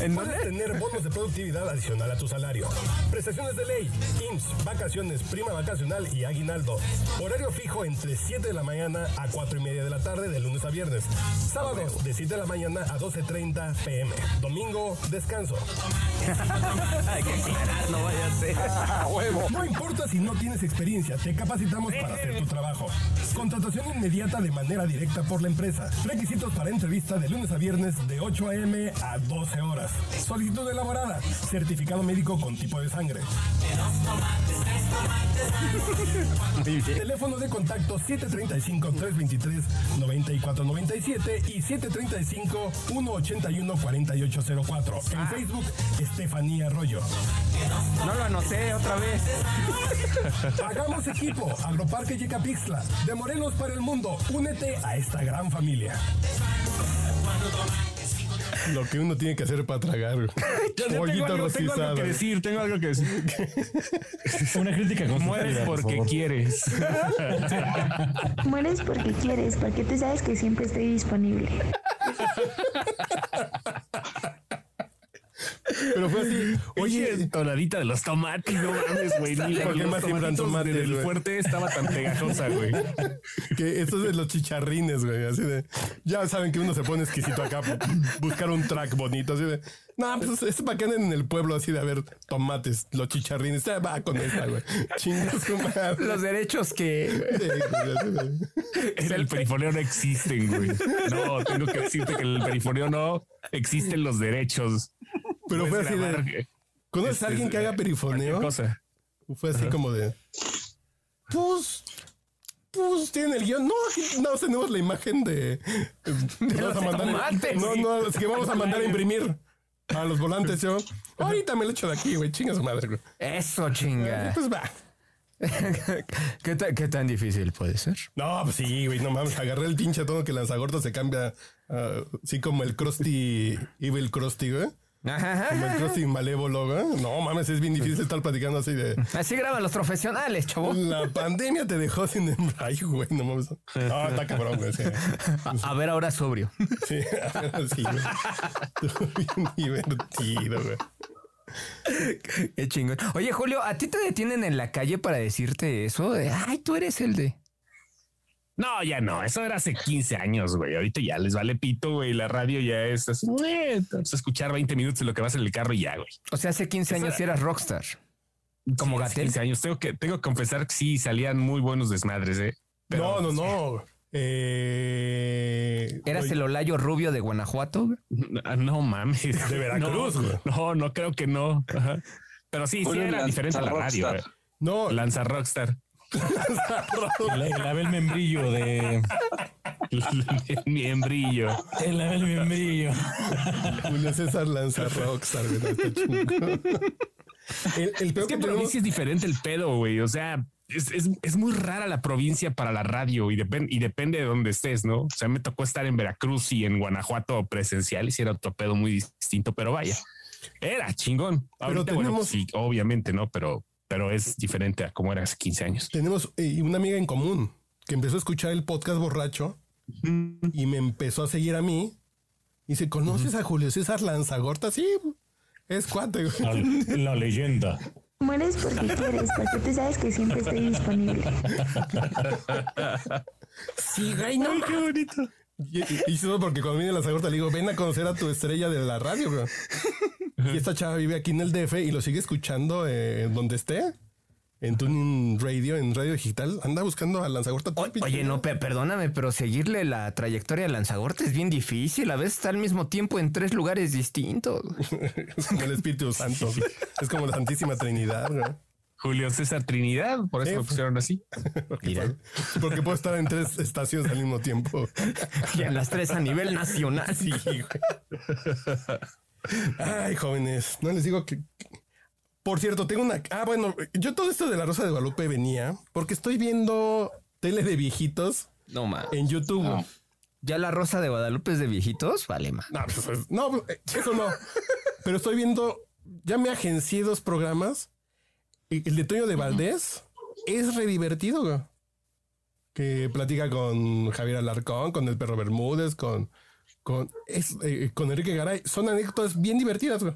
S4: ¿En
S8: Puedes tener bonos de productividad adicional a tu salario. Prestaciones de ley, IMSS, vacaciones, prima vacacional y aguinaldo. Horario fijo entre 7 de la mañana a 4 y media de la tarde de lunes a viernes. Sábados de 7 de la mañana a 12.30 pm. Domingo, descanso. No importa si no tienes experiencia, te capacitamos para hacer tu trabajo. Contratación inmediata de manera directa por la empresa. Requisitos para entrevista de lunes a viernes de 8 a.m. a 12 horas. Solicitud elaborada. Certificado médico con tipo de sangre. Teléfono de contacto 735-323-9497 y 735-181-4804. En Facebook, Estefanía Arroyo.
S4: No lo anoté otra vez.
S8: Hagamos equipo, Agroparque Yecapixtla, de Morelos para el mundo. Únete a esta gran familia.
S3: Lo que uno tiene que hacer para tragar.
S8: [laughs]
S3: güey. Pollito rostizado.
S6: decir, tengo algo que
S3: [laughs]
S6: decir.
S5: Una crítica con
S6: Mueres porque quieres.
S2: Mueres porque quieres, porque tú sabes que siempre estoy disponible.
S3: Pero fue así.
S6: Oye,
S3: Oye,
S6: tonadita de los tomates, no mames, güey. Ni la
S3: ¿Por qué
S6: los
S3: más siembran
S6: tomatitos
S3: tomates,
S6: del
S3: güey?
S6: fuerte estaba tan pegajosa, güey.
S3: que estos de los chicharrines, güey. Así de. Ya saben que uno se pone exquisito acá. bu- Buscar un track bonito. Así de. No, pues es para que anden en el pueblo así de a ver tomates, los chicharrines. Ah, va con esta, güey. Chingas, su madre.
S4: Los derechos que
S3: [laughs] Sí, güey, así de-
S6: El perifoneo no existe, güey. No, tengo que decirte que en el perifoneo no existen los derechos.
S3: Pero fue
S6: Puedes
S3: así
S6: grabar,
S3: de.
S6: eh,
S3: ¿Conoces a alguien que haga
S6: cualquier
S3: perifoneo?
S6: cosa.
S3: Fue así como de. Pues. Pues tienen el guión. No, aquí no tenemos la imagen de. que
S4: los tomates,
S3: no,
S4: sí.
S3: no, es que vamos a mandar a imprimir a los volantes. Yo. Ahorita me lo echo de aquí, güey. Chinga su madre, güey.
S4: eso
S3: [laughs]
S4: chinga.
S3: Pues va.
S4: ¿Qué, ta- qué tan difícil puede ser?
S3: No, pues sí, güey. No mames. Agarré el pinche tono que Lanzagordo se cambia. ah, sí, como el Krusty. Evil Krusty, güey. Como el Krusty malévolo, güey. No mames, es bien difícil estar platicando así de.
S4: Así graban los profesionales, chavo.
S3: La pandemia te dejó sin em- Ay, güey, no mames. No, está cabrón, güey. Sí,
S4: A ver ahora sobrio.
S3: sí, [laughs] sí, güey. Estuvo bien divertido, güey.
S4: [laughs] Qué chingón. Oye, Julio, ¿a ti te detienen en la calle para decirte eso? De, Ay, tú eres el de...
S6: No, ya no. Eso era hace 15 años, güey. Ahorita ya les vale pito, güey. La radio ya es así. güey, Vamos a escuchar 20 minutos de lo que vas en el carro y ya, güey.
S4: O sea, hace 15 años eras rockstar. Como
S6: Sí, hace
S4: Gatel.
S6: 15 años. Tengo que, tengo que confesar que sí salían muy buenos desmadres, eh. Pero-
S3: No, no, no. Eh,
S4: Eras
S3: oye,
S4: el Olayo Rubio de Guanajuato. güey.
S6: Ah, No mames.
S3: De Veracruz,
S6: No,
S3: güey.
S6: No, no creo que no. Ajá. Pero sí, sí
S7: Julio
S6: era
S7: Lanza
S6: diferente a la radio. eh.
S7: Rockstar.
S6: güey.
S3: No,
S6: Lanza Rockstar.
S5: El, el Abel Membrillo de.
S6: [laughs] Mi embrillo.
S5: El Abel Membrillo.
S3: Julio César lanza Rockstar, güey. no, está chingón. El, el
S6: Es que
S3: peor que
S6: en
S3: tenemos-
S6: provincia es diferente el pedo, güey. O sea, es, es- es muy rara la provincia para la radio y, depen- y depende de dónde estés, ¿no? O sea, me tocó estar en Veracruz y en Guanajuato presencial y sí era otro pedo muy distinto, pero vaya, era chingón. Ahorita, bueno,
S3: tenemos-
S6: sí, obviamente, ¿no? Pero, pero es diferente a como era hace 15 años.
S3: tenemos eh, una amiga en común que empezó a escuchar el podcast borracho y me empezó a seguir a mí. Y dice, ¿conoces a Julio César Lanzagorta? Sí, es cuate, güey.
S5: [laughs] La, la leyenda.
S2: Mueres porque quieres, porque tú sabes que siempre estoy disponible.
S3: Sí, güey, no. qué bonito. Y, y- y eso porque cuando viene la Zagorta le digo, ven a conocer a tu estrella de la radio, güey. Y esta chava vive aquí en el DF y lo sigue escuchando eh, donde esté. En Tuning Radio, en Radio Digital. Anda buscando a Lanzagorta.
S4: O- Oye, no, pe- perdóname, pero seguirle la trayectoria de Lanzagorta es bien difícil. A veces está al mismo tiempo en tres lugares distintos.
S3: [laughs] Es como el Espíritu Santo. güey. Es como la Santísima Trinidad, güey.
S6: Julio César Trinidad, por eso
S3: Sí,
S6: lo
S3: fue-
S6: pusieron así.
S4: [laughs] Mira,
S3: Porque puedo estar en tres estaciones al mismo tiempo.
S4: y a las tres a nivel nacional.
S3: Sí, güey. Ay, jóvenes, no les digo que. Por cierto, tengo una. Ah, bueno, yo todo esto de la Rosa de Guadalupe venía porque estoy viendo tele de viejitos
S4: No ma.
S3: en YouTube. No,
S4: Ya la rosa de Guadalupe es de viejitos, vale ma.
S3: pues, es- no, eh, eso no. Pero estoy viendo. Ya me agencié dos programas. El el de Toño de Valdés es re divertido, güey. Que platica con Javier Alarcón, con el perro Bermúdez, con, con, es, eh, con Enrique Garay. Son anécdotas bien divertidas, güey.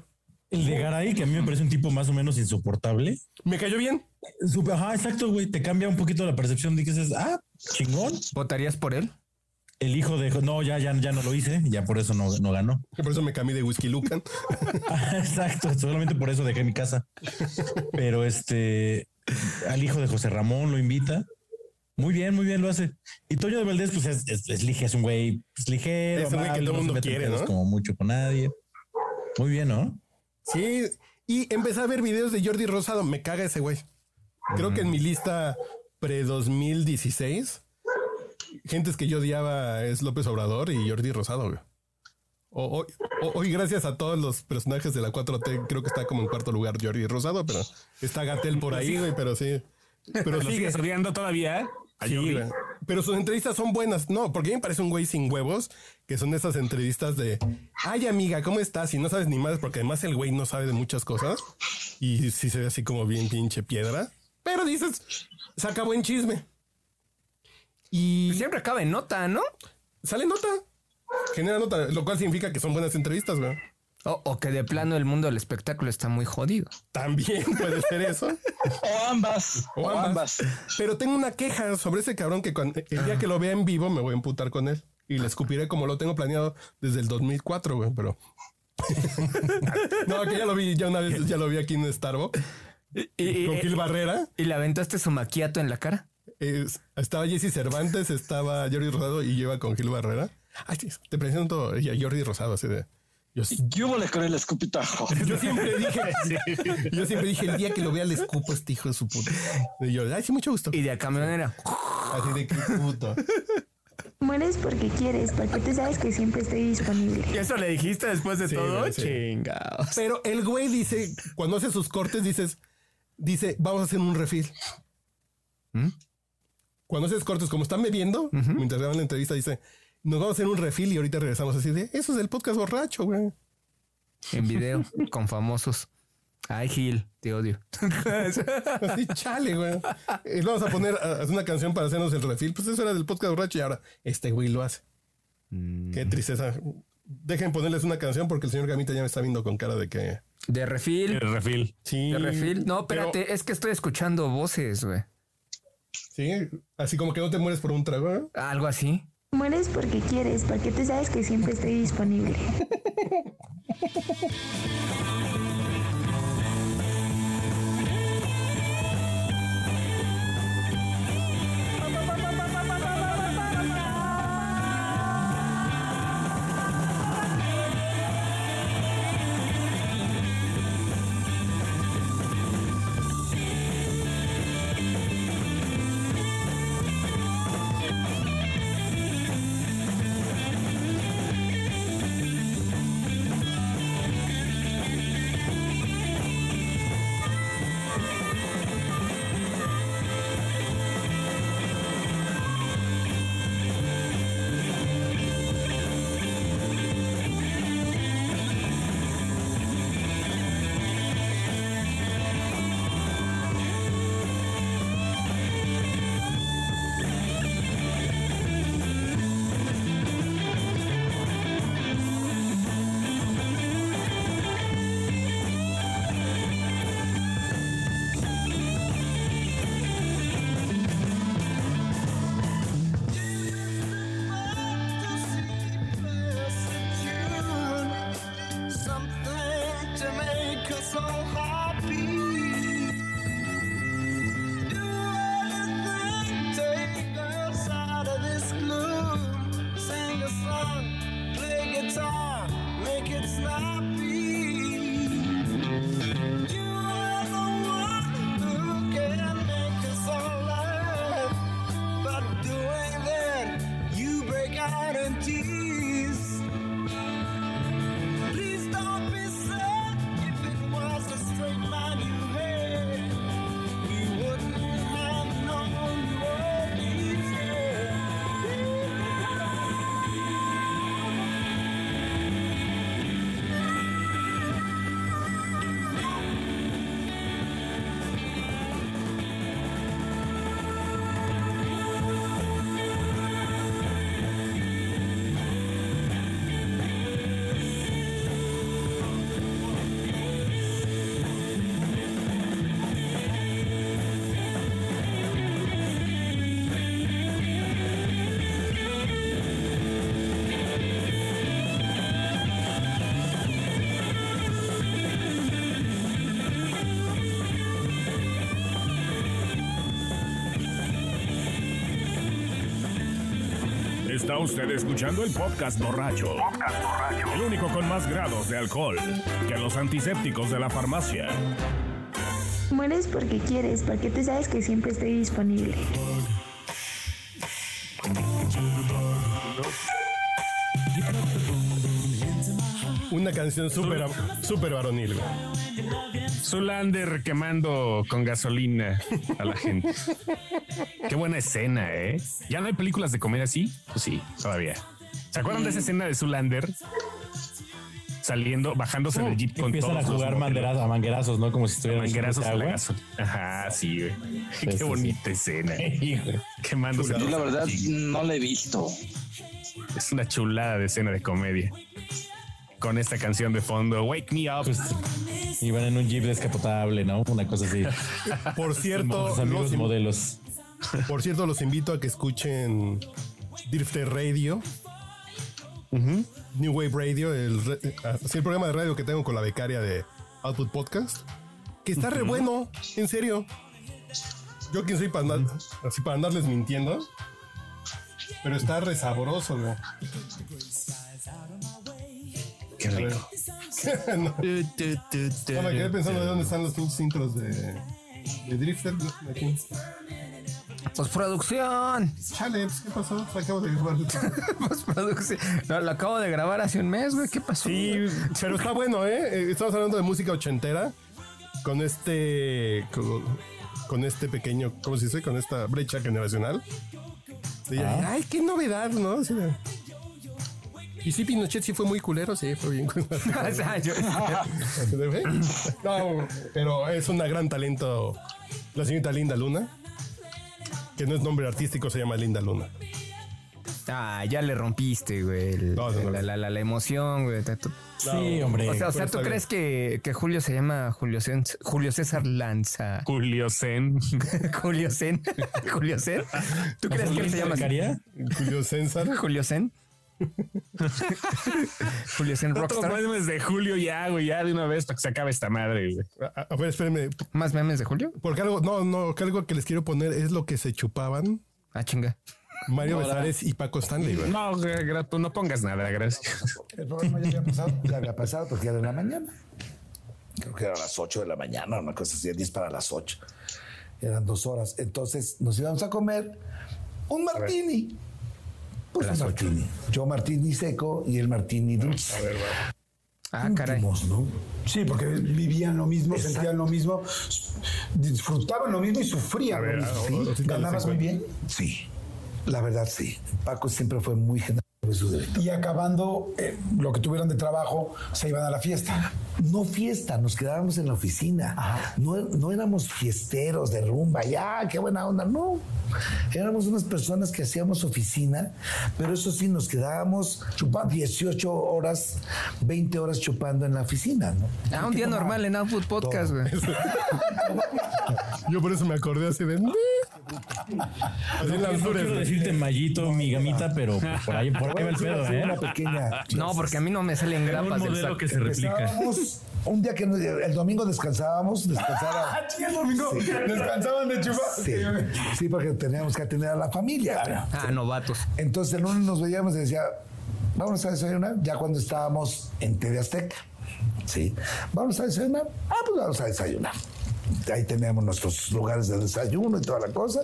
S5: El de Garay, que a mí me parece un tipo más o menos insoportable.
S3: Me cayó bien.
S5: Sup- Ajá, exacto, güey. Te cambia un poquito la percepción de que dices, ah, chingón.
S4: ¿Votarías por él?
S5: El hijo de. No, ya, ya, ya no lo hice. Ya por eso no, no ganó. [laughs] Ah,
S3: Que Por eso me cambié de Whisky Lucan.
S5: Exacto, solamente por eso dejé mi casa. Pero este, al hijo de José Ramón lo invita. Muy bien, muy bien lo hace. Y Toño de Valdés, pues es, es, es lige- es un güey pues, ligero.
S3: Es un güey que
S5: amable,
S3: todo
S5: no se
S3: mundo
S5: mete en
S3: quiere,
S5: pedos
S3: ¿no?
S5: Como mucho con nadie. Muy bien, ¿no?
S3: Sí. Y empecé a ver videos de Jordi Rosado. Me caga ese güey. Creo que en mi lista pre-2016, gentes que yo odiaba es López Obrador y Jordi Rosado. güey. O- Hoy, o- hoy, gracias a todos los personajes de la 4T, creo que está como en cuarto lugar Jordi Rosado, pero está Gatel por ahí, güey, pero sí. Pero
S6: Pero lo
S3: sigue.
S6: sigues odiando todavía.
S3: Sí,
S6: Jordi.
S3: güey. Pero sus entrevistas son buenas. No, porque a mí me parece un güey sin huevos, que son esas entrevistas de, ay amiga, ¿cómo estás? Y no sabes ni más, porque además el güey no sabe de muchas cosas. Y sí se ve así como bien pinche piedra. Pero dices, saca buen chisme.
S4: Y
S3: Y
S4: siempre acaba en nota, ¿no?
S3: sale nota. Genera nota, lo cual significa que son buenas entrevistas, güey.
S4: O, o que de plano el mundo del espectáculo está muy jodido.
S3: También [laughs] puede ser eso.
S7: O ambas.
S3: O
S7: O ambas.
S3: Pero tengo una queja sobre ese cabrón que cuando- el día que lo vea en vivo me voy a emputar con él. Y le escupiré como lo tengo planeado desde el 2004, güey, pero... [laughs] no, que ya lo vi, ya una vez ya lo vi aquí en Starbucks
S4: Y, eh,
S3: con Gil Barrera.
S4: le aventaste su maquiato en la cara.
S3: Es- estaba Jesse Cervantes, estaba Jordi Rosado y yo iba con Gil Barrera. Ay, sí, te presento a Jordi Rosado, así de... Yo,
S7: ¿Qué hubo con el escupitajo?
S3: yo siempre dije, yo siempre dije, el día que lo vea le escupo a este hijo de su puta. Y yo, ay, sí, mucho gusto.
S4: Y de acá manera.
S3: Así de qué puto.
S2: Mueres porque quieres, porque tú sabes que siempre estoy disponible.
S4: ¿Y eso le dijiste después de
S3: Sí, güey, sí.
S4: Chingados.
S3: Pero el güey dice, cuando hace sus cortes, dices, dice, vamos a hacer un refil.
S4: ¿Mm?
S3: Cuando haces cortes, como están bebiendo, mientras graban la entrevista, dice, nos vamos a hacer un refil y ahorita regresamos así de, eso es el podcast borracho, güey.
S4: En video, con famosos. Ay, Gil, te odio.
S3: Así, chale, güey. Y vamos a poner a- a una canción para hacernos el refil. Pues eso era del podcast borracho y ahora este güey lo hace. Qué tristeza. Dejen ponerles una canción porque el señor Gamita ya me está viendo con cara de que...
S4: De refil.
S6: El refil.
S3: Sí.
S4: De refil. No,
S3: pero-
S4: espérate, es que estoy escuchando voces, güey.
S3: Sí, así como que no te mueres por un trago. ¿eh?
S4: Algo así.
S2: Mueres porque quieres, porque tú sabes que siempre estoy disponible.
S9: Mueres
S1: Está usted escuchando el podcast borracho. El único con más grados de alcohol que los antisépticos de la farmacia.
S2: Mueres porque quieres, porque tú sabes que siempre estoy disponible.
S3: Una canción súper super varonil, güey.
S6: Zulander quemando con gasolina a la gente. Qué buena escena, ¿eh? ¿Ya no hay películas de comedia así? Pues sí, todavía. ¿Se acuerdan
S5: Mm.
S6: de esa escena de Zulander? Saliendo, bajándose del jeep con
S5: Mm. Uh, Empiezan
S6: todos
S5: a
S6: los
S5: jugar
S6: manguerazos.
S5: manguerazos, a manguerazos, ¿no? Como si estuvieran
S6: Manguerazos a
S5: en
S6: la
S5: [laughs] agua.
S6: gasolina. Ajá, sí, güey. Qué
S5: sí, sí.
S6: bonita
S5: [laughs]
S6: escena. Quemándose.
S7: Yo
S6: todos
S7: la
S6: a
S7: verdad
S6: jeep.
S7: no la he visto.
S6: Es una chulada de escena de comedia. Con esta canción de fondo, Wake Me Up.
S5: Pues, iban en un jeep descapotable, ¿no? Una cosa así.
S3: Por [laughs] cierto,
S5: Los amigos
S3: los in-
S5: modelos.
S3: por cierto, los invito a que escuchen Drifter Radio. New Wave Radio, el, re- así el programa de radio que tengo con la becaria de Output Podcast, que está re bueno, en serio. Yo quién soy para andar, así para andarles mintiendo, pero está re sabroso, güey.
S6: Qué
S3: A ver.
S6: rico.
S3: [laughs] no, no, me quedé pensando de dónde están los pinches intros de, de Drifter. ¿no? Aquí.
S4: Pues, [laughs] Postproducción.
S3: Chale, pues, ¿qué pasó? Acabo de [laughs] jugar.
S4: Postproducción. No, lo acabo de grabar hace un mes, güey. ¿Qué pasó?
S3: Sí,
S4: [laughs]
S3: pero está bueno, ¿eh? Eh, Estamos hablando de música ochentera con este. con, con este pequeño. ¿Cómo se dice? Con esta brecha generacional. Sí, Ay, qué novedad, ¿no? Sí, de- y sí, Pinochet sí fue muy culero, sí, fue bien [laughs] culero.
S4: O sea, yo- [laughs]
S3: No, pero es una gran talento. La señorita Linda Luna, que no es nombre artístico, se llama Linda Luna.
S4: Ah, ya le rompiste, güey. el-
S3: No, no, no.
S4: la, la- la- la emoción, güey. Te- tú-
S5: Sí, hombre.
S4: O sea, o sea,
S3: está
S4: ¿tú crees que, que Julio se llama Julio, Cen- Julio César Lanza? [laughs]
S6: Julio Zen.
S4: Julio Zen. [laughs] Julio Zen. ¿Tú crees que él se llama así?
S5: Zacaría?
S3: Julio César. [laughs]
S4: Julio
S5: [laughs]
S4: Zen? Julio Zen
S6: Otros
S4: Rockstar.
S6: memes de Julio ya, güey, ya de una vez para que se acabe esta madre, güey.
S3: A- a ver, espérenme,
S4: ¿Más memes de Julio?
S3: Porque algo, no, no, que algo que les quiero poner es lo que se chupaban
S4: Ah, chinga.
S3: Mario Besares y Paco Stanley, güey.
S6: No, gra- grato, no pongas nada, gracias.
S9: El programa ya había pasado, ya había pasado porque era en la mañana. Creo que era a las 8 de la mañana, una cosa así, 10 para las 8. Eran dos horas. Entonces nos íbamos a comer un martini. Pues un martini. Yo martini seco y el martini dulce.
S4: Ah, caray.
S9: Íntimos, ¿no?
S10: Sí, porque vivían lo mismo, sentían lo mismo, disfrutaban lo mismo y sufrían lo mismo.
S9: Sí, ganabas muy bien. Sí, la verdad sí. Paco siempre fue muy generoso de su derecho.
S10: Y acabando eh, lo que tuvieran de trabajo, se iban a la fiesta.
S9: No fiesta, nos quedábamos en la oficina. No, no éramos fiesteros de rumba, ya, qué buena onda, no. Éramos unas personas que hacíamos oficina, pero eso sí, nos quedábamos chupando 18 horas, 20 horas chupando en la oficina, ¿no?
S4: Ah, un día normal en Output Podcast, güey.
S3: [laughs] Yo por eso me acordé así de. "Mm, Así en las
S5: No
S3: dures,
S5: quiero
S3: güey.
S5: decirte mallito, mi gamita,
S3: [laughs]
S5: pero pues, por ahí, por ahí va el pedo, ¿eh?
S9: Una pequeña.
S4: [laughs]
S9: [laughs]
S4: No, porque a mí no me salen
S5: Un
S4: grapas del
S5: modelo
S4: saco.
S5: que se replica.
S9: Empezábamos un día que nos- el domingo descansábamos, descansaba.
S10: Ah, el domingo descansaban de chupar.
S9: Sí, sí, porque teníamos que atender a la familia.
S4: Ah, novatos.
S9: Entonces el lunes nos veíamos y decía, vamos a desayunar, ya cuando estábamos en TV Azteca. Sí, vamos a desayunar. Ah, pues vamos a desayunar. Ahí teníamos nuestros lugares de desayuno y toda la cosa.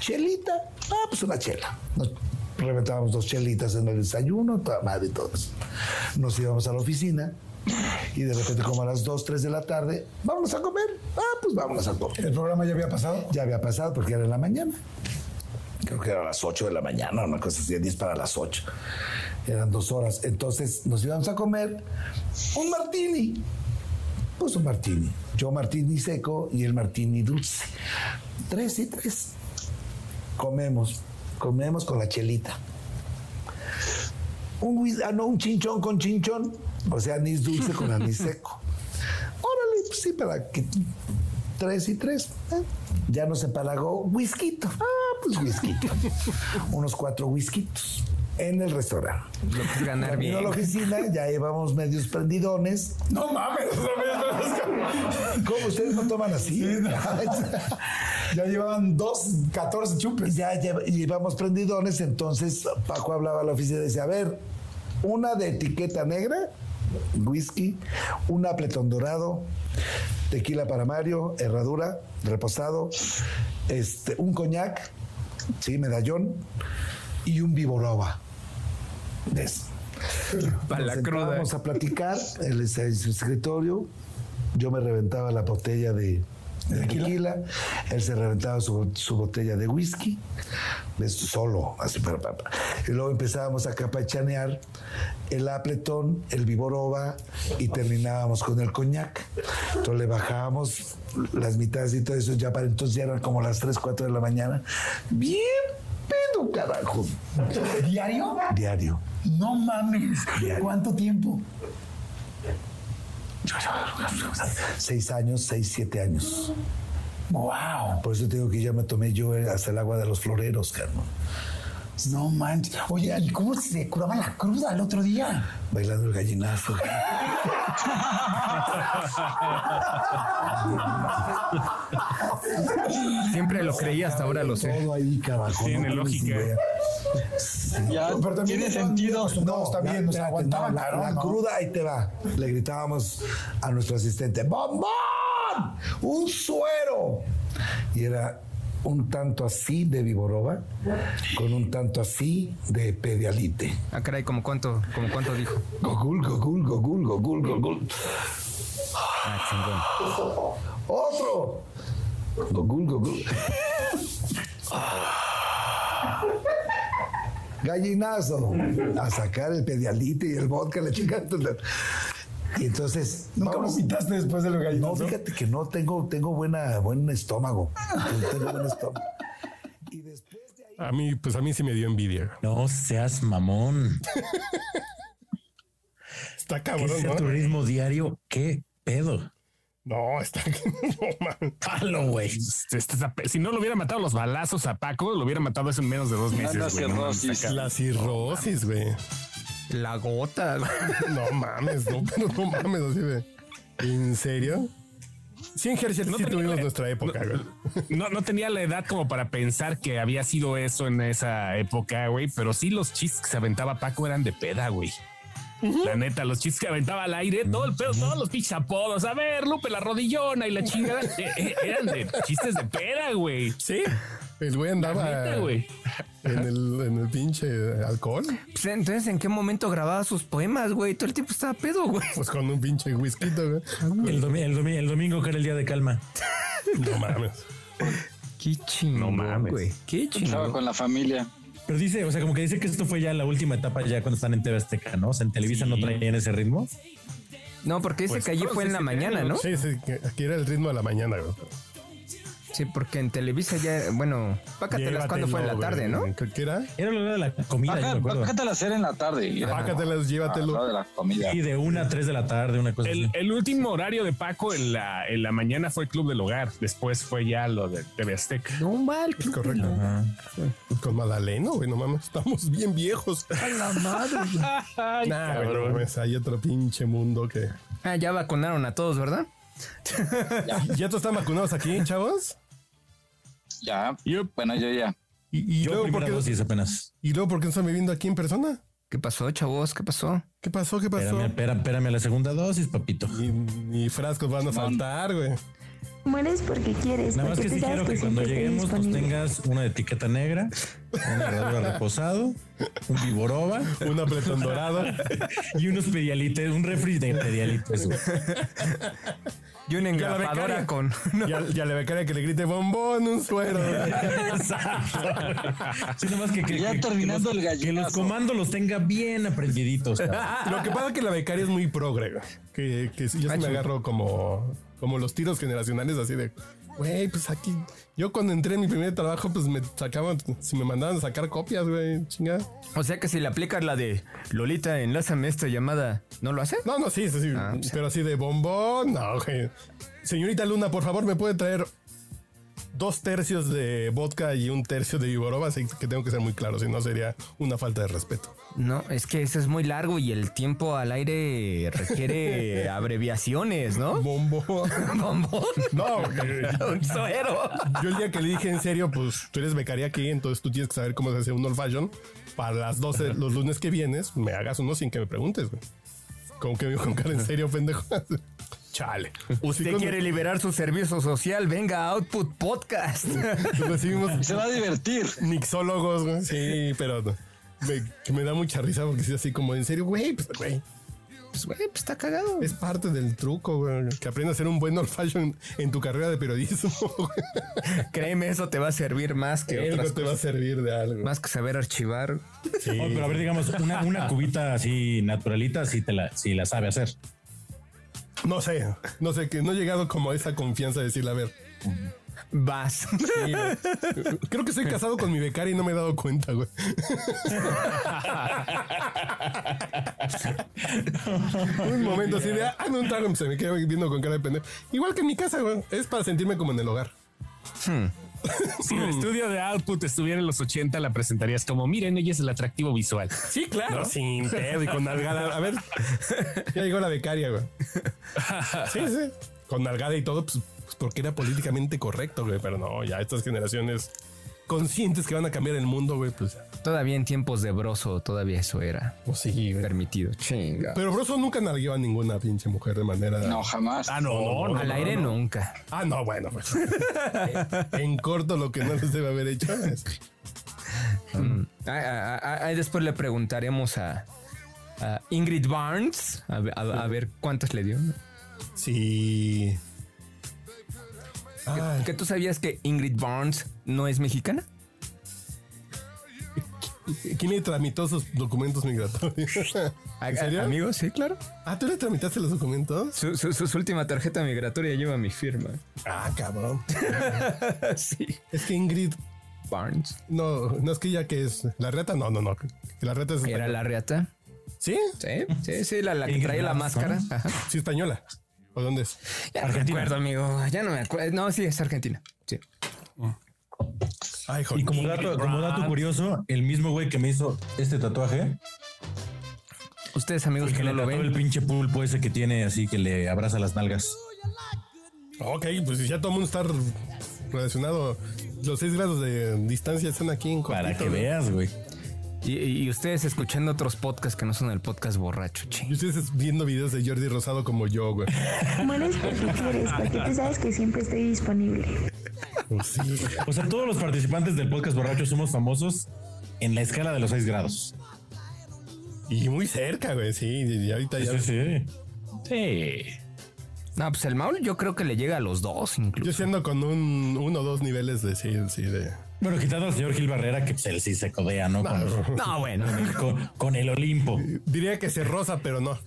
S9: Chelita, ah, pues una chela. Nos reventábamos dos chelitas en el desayuno, toda madre y todo eso. Nos íbamos a la oficina y de repente como a las 2, 3 de la tarde, vamos a comer. Ah, pues vámonos a comer
S10: El programa ya había pasado.
S9: ya había pasado porque era en la mañana. Creo que era a las 8 de la mañana, una cosa así, 10 para las 8. Eran dos horas. Entonces nos íbamos a comer un martini. Pues un martini. Yo martini seco y el martini dulce. Tres y tres. Comemos. Comemos con la chelita. Un, whis- ah, no, un chinchón con chinchón. O sea, anís dulce con anís
S4: [laughs]
S9: seco. Órale, pues sí, para que tres y tres. ¿eh? Ya nos empalagó whisky. Ah, pues whisky.
S4: [laughs]
S9: Unos cuatro whiskitos en el restaurante.
S4: Lo que es ganar
S9: Terminó
S4: bien.
S9: la oficina, ya íbamos medios prendidones.
S10: No mames.
S9: ¿Cómo ustedes no toman así?
S10: [laughs] Ya llevaban dos, 14 chupes.
S9: Ya lle- llevamos prendidones, entonces Paco hablaba a la oficina y decía, a ver, una de etiqueta negra, whisky, un apletón dorado, tequila para Mario, herradura, reposado, este, un coñac, sí, medallón, y un viboroba. ¿Ves?
S4: Para la
S9: Nos
S4: cruda.
S9: sentábamos a platicar, él está en su escritorio, yo me reventaba la botella de, de tequila. él se reventaba su, su botella de whisky, ¿ves? solo, así para papá. Y luego empezábamos a capachanear el apletón, el viboroba y terminábamos con el coñac. Entonces le bajábamos las mitades y todo eso, ya para entonces ya eran como las 3, 4 de la mañana. Bien pedo, carajo.
S10: ¿Diario?
S9: Diario.
S10: No mames. ¿Cuánto tiempo?
S9: Seis años, seis, siete años.
S10: Wow.
S9: Por eso te digo que ya me tomé yo hasta el agua de los floreros, Carmen.
S10: No manches. Oye, ¿y cómo se curaba la cruda al otro día?
S9: Bailando el gallinazo.
S4: Siempre lo creí, hasta ahora lo sé.
S9: Todo ahí, carajo.
S6: Tiene
S9: No tienes
S6: lógica.
S9: idea.
S7: Ya tiene
S10: estaban
S7: sentido.
S10: bien acostumbrados también,
S9: la-
S10: nos
S9: espérate,
S10: aguantaban,
S9: no, la,
S10: claro,
S9: la
S10: ¿no?
S9: cruda, ahí te va. Le gritábamos a nuestro asistente, ¡Bombón! ¡Un suero! Y era un tanto así de viboroba con un tanto así de pedialite.
S4: Ah, caray, como cuánto, como cuánto dijo.
S9: Gogul, gogul, gogul, gogul, gogul.
S4: Ah, chingón.
S9: ¡Otro! Gogul, gogul. Gallinazo. A sacar el pedialite y el vodka, la chica. Y entonces.
S10: ¿Nunca
S9: vamos-
S10: vomitaste después de los
S9: No,
S10: gallinos?
S9: fíjate que no tengo, tengo buena, buen estómago. Tengo buen estómago. Y después de ahí.
S3: A mí, pues a mí sí me dio envidia.
S5: No seas mamón.
S3: Está
S5: ¿Qué
S3: cabrón,
S5: es
S3: ¿no?
S5: tu ritmo diario? ¿Qué pedo?
S3: No, está. No, man.
S5: Palo, güey.
S6: Este- este está pe- Si no lo hubiera matado los balazos a Paco, lo hubiera matado eso en menos de dos meses.
S7: no,
S6: güey, no mames,
S7: cirrosis.
S6: acá.
S3: La cirrosis, güey.
S4: La gota. güey.
S3: [laughs] No mames, no, pero no mames, así de. ¿En serio? Sí, en Herschel sí tuvimos nuestra época, güey.
S6: No, no tenía la edad como para pensar que había sido eso en esa época, güey, pero sí los chistes que se aventaba Paco eran de peda, güey. La neta, los chistes que aventaba al aire, todo el pedo, todos los pinches apodos. A ver, Lupe, la rodillona y la chingada. eh, eh, eran de chistes de peda, güey.
S3: Sí. El güey andaba
S6: Neta, güey.
S3: en el, en el pinche alcohol,
S4: Pues, entonces, ¿en qué momento grababa sus poemas, güey? Todo el tiempo estaba pedo, güey.
S3: pues con un pinche whisky, güey.
S5: El, domi- el domi- el domingo que era el día de calma.
S3: No mames.
S4: Qué chingón,
S6: No mames.
S4: güey. Qué
S7: Estaba
S4: chingón.
S7: con la familia.
S5: Pero dice, o sea, como que dice que esto fue ya la última etapa, ya cuando están en TV Azteca, ¿no? O sea, en Televisa no traían ese ritmo.
S4: No, porque dice
S6: Pues,
S4: que allí
S6: claro,
S4: fue
S6: sí,
S4: en la
S6: sí,
S4: mañana, ¿no?
S3: Sí, sí, que aquí era el ritmo de la mañana, güey.
S4: Sí, porque en Televisa ya, bueno, pácatelas cuando fue en la
S3: Llévatelo,
S4: tarde, ¿no?
S3: güey. ¿Qué era?
S5: Era la hora de la comida, yo me acuerdo.
S7: Bájate la cena en la tarde. y era
S3: Pácatelas,
S7: la hora
S3: llévatelo.
S7: de la comida.
S5: Y de una a tres de la tarde, una cosa
S6: El,
S5: así.
S6: el último horario de Paco en la, en la mañana fue Club del Hogar. Después fue ya lo de TV Azteca. [laughs]
S4: No mal.
S3: Es correcto. Con Madaleno, güey, no mames. Estamos bien viejos. A la [laughs] madre. nah, güey, no mames. Hay otro pinche mundo que.
S4: Ah, ya vacunaron a todos, ¿verdad?
S3: ¿Ya todos están vacunados aquí, chavos?
S7: Ya.
S6: Yup.
S7: Bueno, yo ya.
S3: Y, y
S5: Yo
S3: luego, ¿por
S5: primera
S3: qué,
S5: dosis apenas.
S3: ¿Y luego por qué no están viviendo aquí en persona?
S4: ¿Qué pasó, chavos? ¿Qué pasó?
S3: ¿Qué pasó? ¿Qué pasó?
S5: Espérame, espérame, espérame a la segunda dosis, papito.
S3: Ni, ni frascos van a faltar, güey.
S2: Mueres porque quieres,
S5: Nada más
S2: porque tú
S5: que sí
S2: sabes
S5: quiero
S2: que
S5: que cuando
S2: siempre estoy
S5: lleguemos pues
S2: disponible.
S5: tengas una etiqueta negra, una herradura reposado, un viboroba
S3: Un apretón dorado.
S5: y unos pedialites, un refri de pedialites. güey.
S4: Y una
S3: la
S4: engrapadora
S3: becaria.
S4: con... [laughs] No,
S3: Y a, y a la becaria que le grite bombón, un
S5: [laughs]
S3: suero.
S5: Sí, nada más que, que-
S7: Ya
S5: que- que
S7: terminando
S5: los-
S7: el
S5: Que
S7: gallinazo.
S5: los comandos los tenga bien aprendiditos. cabrón.
S3: Lo que pasa es que la becaria es muy progre, güey. Que, que sí, yo sí me agarro como, como los tiros generacionales así de... Güey, pues aquí... Yo cuando entré en mi primer trabajo, pues me sacaban... Si me mandaban a sacar copias, güey, chingada.
S4: O sea que si le aplicas la de Lolita, enlázame esta llamada, ¿no lo hace?
S3: No, no, sí, sí, sí.
S4: Ah, pues.
S3: pero así de bombón, no, güey. Señorita Luna, por favor, ¿me puede traer dos tercios de vodka y un tercio de Viboroba, así que tengo que ser muy claro, si no sería una falta de respeto.
S4: No, es que ese es muy largo y el tiempo al aire
S3: [laughs]
S4: requiere abreviaciones, ¿no?
S3: Bombo.
S4: [laughs] Bombón.
S3: [laughs] No, que-
S4: [laughs] Un suero.
S3: yo el día que le dije en serio, pues tú eres becaria aquí, entonces tú tienes que saber cómo se hace un old fashion. Para las 12, los lunes que vienes, me hagas uno sin que me preguntes, güey. Como que me dijo con cara en serio, pendejo. [laughs] Chale. Pues Sí,
S4: Usted
S3: cuando-
S4: quiere liberar su servicio social, venga a Output
S3: [laughs]
S4: Podcast.
S3: [laughs] Recibimos
S7: Se va a divertir.
S3: mixólogos, güey. Sí, pero no. me, que me da mucha risa porque es así como en serio, güey, pues, güey,
S4: Pues, güey, pues está cagado.
S3: es parte del truco, güey, que aprendas a ser un buen old fashion en tu carrera de periodismo. [laughs] güey. [laughs]
S4: Créeme, eso te va a servir más que
S3: Algo
S4: otras
S3: te va a
S4: cosas.
S3: servir de algo.
S4: Más que saber archivar.
S5: Oh, pero a ver, digamos, una, una cubita así naturalita, si te la, si la sabe hacer.
S3: No sé, no sé, que no he llegado como a esa confianza de decirle, a ver,
S4: Vas. [laughs]
S3: creo que soy casado con mi becaria y no me he dado cuenta, güey. un momento así de, ah, no, un trago, se me queda viendo con cara de pendejo. Igual que en mi casa, güey, es para sentirme como en el hogar.
S6: Si el estudio de Output estuviera en los 80, la presentarías como, miren, ella es el atractivo visual.
S3: Sí, claro. Sin pedo y con nalgada. A ver, [laughs] ya llegó la becaria, güey. Sí, sí. Con nalgada y todo, pues, pues, porque era políticamente correcto, güey. Pero no, ya estas generaciones conscientes que van a cambiar el mundo, güey, pues,
S4: Todavía en tiempos de broso, todavía eso era
S3: pues sí, güey.
S4: permitido. Chinga.
S3: Pero Broso nunca nalgueó a ninguna pinche mujer de manera.
S7: No, jamás.
S6: Ah, no, no, no.
S4: Al
S6: no,
S4: aire
S6: no.
S4: nunca.
S3: Ah, no, bueno, pues. [laughs] en corto lo que no les debe haber hecho es.
S4: Ah, ah, ah, ah, después le preguntaremos a, a Ingrid Barnes a, ver- a- a ver cuántas le dio.
S3: Sí. Ah, Ay,
S4: ¿Que tú sabías que Ingrid Barnes no es mexicana?
S3: ¿Quién le tramitó sus documentos migratorios? [laughs]
S4: A-
S3: ¿En
S4: a-
S3: serio?
S4: Amigo, sí, claro.
S3: Ah, ¿tú le tramitaste los documentos?
S4: Su, su- su- su última tarjeta migratoria lleva mi firma. [laughs]
S3: Ah, cabrón.
S4: sí.
S3: Es que Ingrid,
S4: Barnes.
S3: no, no es que ya que es la reta, no, no, no. Que la reta es.
S4: Era la reata.
S3: ¿Sí?
S4: Sí, sí, sí, la, la que
S5: Ingrid
S4: trae la
S5: Barnes, ¿no?
S4: máscara. Ajá.
S3: Sí, española. ¿O dónde es?
S4: Ya no me
S5: Argentina.
S4: acuerdo, amigo. Ya no me acuerdo. No, sí, es Argentina. Sí.
S3: Ay, joder.
S5: Y como dato, como dato curioso, el mismo güey que me hizo este tatuaje,
S4: Ustedes, amigos,
S5: el
S4: que
S5: que
S4: no
S5: le
S4: lo
S5: tatuó el
S4: ven.
S5: pinche pulpo ese que tiene así que le abraza las nalgas.
S3: Ok, pues si ya todo el mundo está relacionado. Los seis grados de distancia están aquí en
S5: Para
S3: cortito,
S5: que
S3: ¿no?
S5: veas, güey.
S4: Y, y- y ustedes escuchando otros podcasts que no son el podcast borracho,
S3: Y
S4: ching.
S3: ustedes viendo videos de Jordi Rosado como yo, güey.
S2: Mueres porque quieres, porque tú sabes que siempre estoy disponible.
S3: Pues sí.
S5: O sea, todos los participantes del podcast borracho somos famosos en la escala de los 6 grados.
S3: Y muy cerca, güey. Sí, y ahorita ya.
S5: sí.
S6: Sí.
S4: No, pues el Maul yo creo que le llega a los dos
S3: Yo
S4: incluso.
S3: siendo con un uno o dos niveles de sí, sí, de.
S5: Bueno, quitando al señor Gil Barrera, que pues, él sí se codea, ¿no? Con,
S4: No, bueno. [laughs]
S5: con- con el Olimpo.
S3: Diría que se rosa, pero no.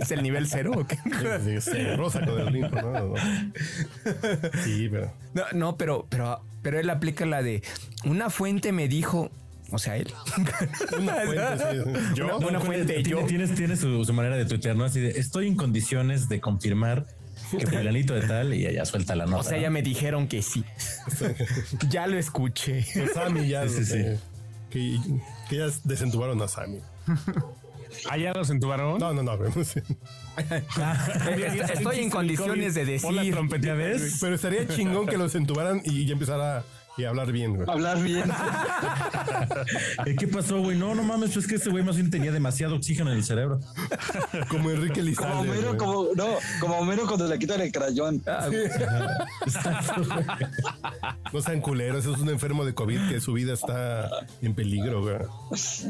S4: ¿Es el nivel cero o qué?
S3: Sí, se rosa con el limpo, ¿no? No, no. Sí, pero.
S4: No, no, pero, pero, pero él aplica la de una fuente me dijo, o sea, él.
S5: [laughs]
S3: Una fuente, sí, sí. Yo.
S4: Una- una fuente,
S5: Tiene-
S4: yo.
S5: Tienes, tienes su, su manera de tuitear, ¿no? Así de, estoy en condiciones de confirmar que fulanito de tal y allá suelta la nota.
S4: O sea, ya
S5: ¿no?
S4: me dijeron que sí. ya lo escuché.
S3: Pues Sammy ya.
S5: Sí, sí, sí.
S3: eh, Que, que ya desentubaron a Sammy.
S6: Allá los entubaron.
S3: No, no, no, güey. [laughs] no sé.
S4: Est- Estoy en condiciones de
S6: Pon la
S4: decir.
S6: trompeta,
S5: ¿Ya
S6: güey.
S5: ves?
S3: Pero estaría chingón que lo desentubaran y ya empezara a hablar bien, güey.
S7: Hablar bien.
S5: Eh, ¿Qué pasó, güey? No, no mames, pues es que este güey más bien tenía demasiado oxígeno en el cerebro.
S3: Como Enrique
S7: Como
S3: Lizalde.
S7: Homero,
S3: güey.
S7: como, no, como Homero cuando le quitan el crayón.
S3: No sean culeros, es un enfermo de COVID que su vida está en peligro, güey.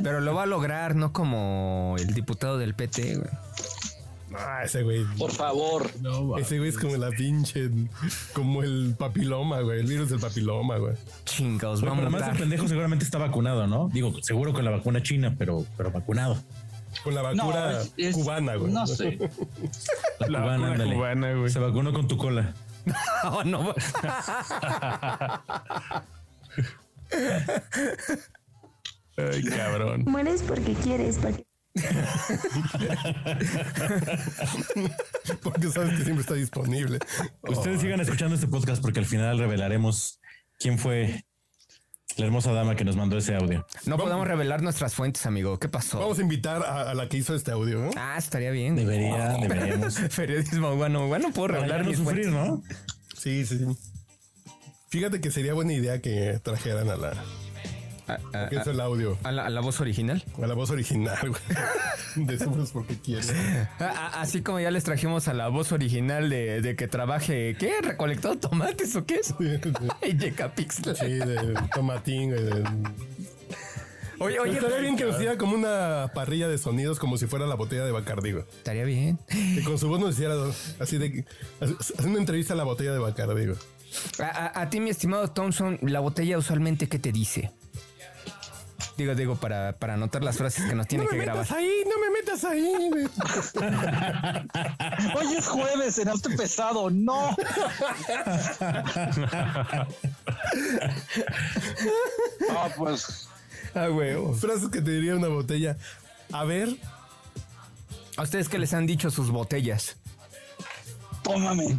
S4: Pero lo va a lograr, no como el diputado del PT, güey.
S3: Ah, ese güey.
S7: Por favor.
S3: Ese güey es como la pinche, como el papiloma, güey, el virus del papiloma, güey.
S4: Chinga, os va
S5: Pero
S4: a
S5: además el
S4: montar.
S5: pendejo seguramente está vacunado, ¿no? Digo, seguro con la vacuna china, pero, pero vacunado.
S3: Con la
S7: No,
S3: vacuna
S7: es- es-
S3: cubana, güey.
S7: No sé.
S5: La,
S6: La
S5: cubana,
S6: vacuna
S5: ándale.
S6: cubana, güey.
S5: Se vacunó con tu cola.
S4: [laughs] No, no.
S6: Ay, cabrón.
S2: Mueres porque quieres, porque
S3: [laughs] Porque sabes que siempre está disponible.
S5: Ustedes sigan escuchando este podcast porque al final revelaremos quién fue la hermosa dama que nos mandó ese audio.
S4: No podemos revelar nuestras fuentes, amigo. ¿Qué pasó?
S3: Vamos a invitar a, a la que hizo este audio, ¿no?
S4: Ah, estaría bien.
S5: Debería, deberíamos.
S4: Periodismo, bueno, bueno, puedo
S5: Para ya
S4: revelar
S5: no
S4: mis
S5: sufrir,
S4: fuentes.
S5: ¿no?
S3: Sí, sí, sí. Fíjate que sería buena idea que trajeran a la.
S4: a-
S3: que hizo el audio.
S4: Ah, ¿A la, a la voz original.
S3: A la voz original, güey. [laughs] De Sufres porque quiere.
S4: A- a- Ah, así como ya les trajimos a la voz original de, de que trabaje, ¿qué? ¿Recolectado tomates o qué es? [laughs] Ay, Yecapixtla.
S3: Sí, de tomatín, güey. de-
S4: Oye, oye, pues, ah.
S3: Estaría bien que nos hiciera como una parrilla de sonidos como si fuera la botella de Bacardi, güey.
S4: Estaría bien.
S3: Que con su voz nos hiciera así de... Hacer una entrevista a la botella de Bacardi, güey.
S4: A, a- a ti, mi estimado Thompson, la botella usualmente, ¿qué te dice? Digo, digo, para, para anotar las frases que nos tiene que grabar.
S3: ahí, no me metas ahí, güey.
S7: Hoy es jueves, en alto pesado. No. Ah, pues.
S4: Ah, huevo.
S3: Frases que te diría una botella. A ver,
S4: ¿A ustedes qué les han dicho sus botellas?
S3: [laughs]
S7: Tómame.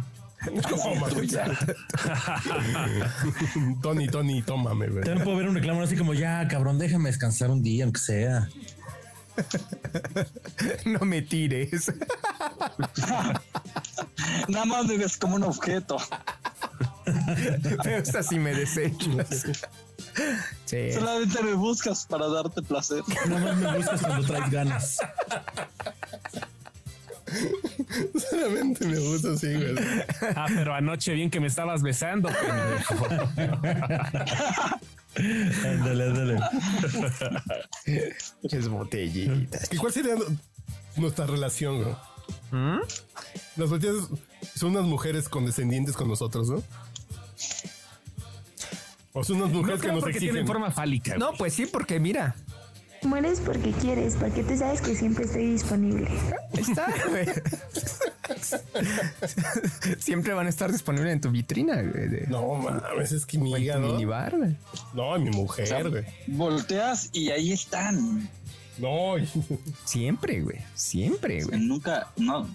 S3: Tony, Tony, tómame, güey. [laughs]
S5: También puedo ver un reclamo así como ya, cabrón, déjame descansar un día, aunque sea.
S4: [laughs] No me [laughs] tires.
S7: Nada más me ves como un objeto.
S4: Me gusta si me desechas. Sí.
S7: Solamente me buscas para darte placer.
S5: Nada más me buscas cuando traes ganas.
S3: Solamente me gusta así, güey.
S6: Ah, pero anoche bien que me estabas
S5: [laughs]
S6: besando. pendejo.
S5: Ándale, ándale.
S4: Pinches botellitas.
S3: ¿Y cuál sería nuestra relación, güey?
S6: ¿Mm?
S3: Las botellas son unas mujeres condescendientes con nosotros, ¿no? O son unas
S6: No
S3: mujeres que
S6: creo
S3: nos
S6: porque tienen
S3: exigen.
S6: forma fálica.
S4: No, pues sí, porque mira,
S2: Mueres porque quieres, porque tú sabes que siempre estoy disponible.
S4: ahí está, güey. [laughs] Siempre van a estar disponibles en tu vitrina, güey. de-
S3: No mames, es que mi
S4: o en tu
S3: hígado.
S4: minibar, güey.
S3: No, mi mujer, güey.
S7: Volteas y ahí están.
S3: No, y-
S4: Siempre, güey. Siempre, güey.
S7: Nunca, no.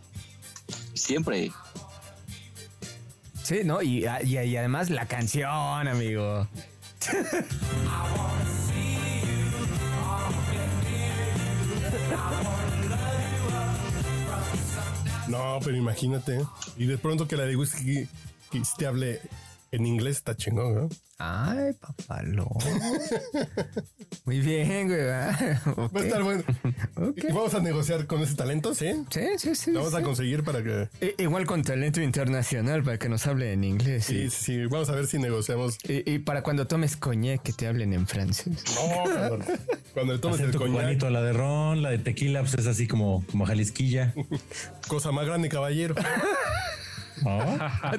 S7: Siempre.
S4: Sí, ¿no? Y, y- y además la canción, amigo.
S3: no, pero imagínate. Y de pronto que la de whisky que te hable en inglés está chingón, ¿no?
S4: Ay, papalo. [laughs] Muy bien, güey. ¿verdad? Ok.
S3: Va a estar bueno.
S4: [laughs] Ok.
S3: Y Vamos a negociar con ese talento, ¿sí?
S4: Sí, sí, sí.
S3: Lo vamos a
S4: sí.
S3: conseguir para que.
S4: I- e-, Igual con talento internacional para que nos hable en inglés.
S3: Sí,
S4: y-
S3: sí, sí. Vamos a ver si negociamos.
S4: Y, y para cuando tomes coñac que te hablen en francés.
S3: No, cabrón. Cuando le tomes
S5: Hacer
S3: el
S5: tu
S3: coñac,
S5: coñito, la de ron, la de tequila, pues es así como, como jalisquilla.
S3: cosa más grande, caballero. [laughs]
S5: ¿No?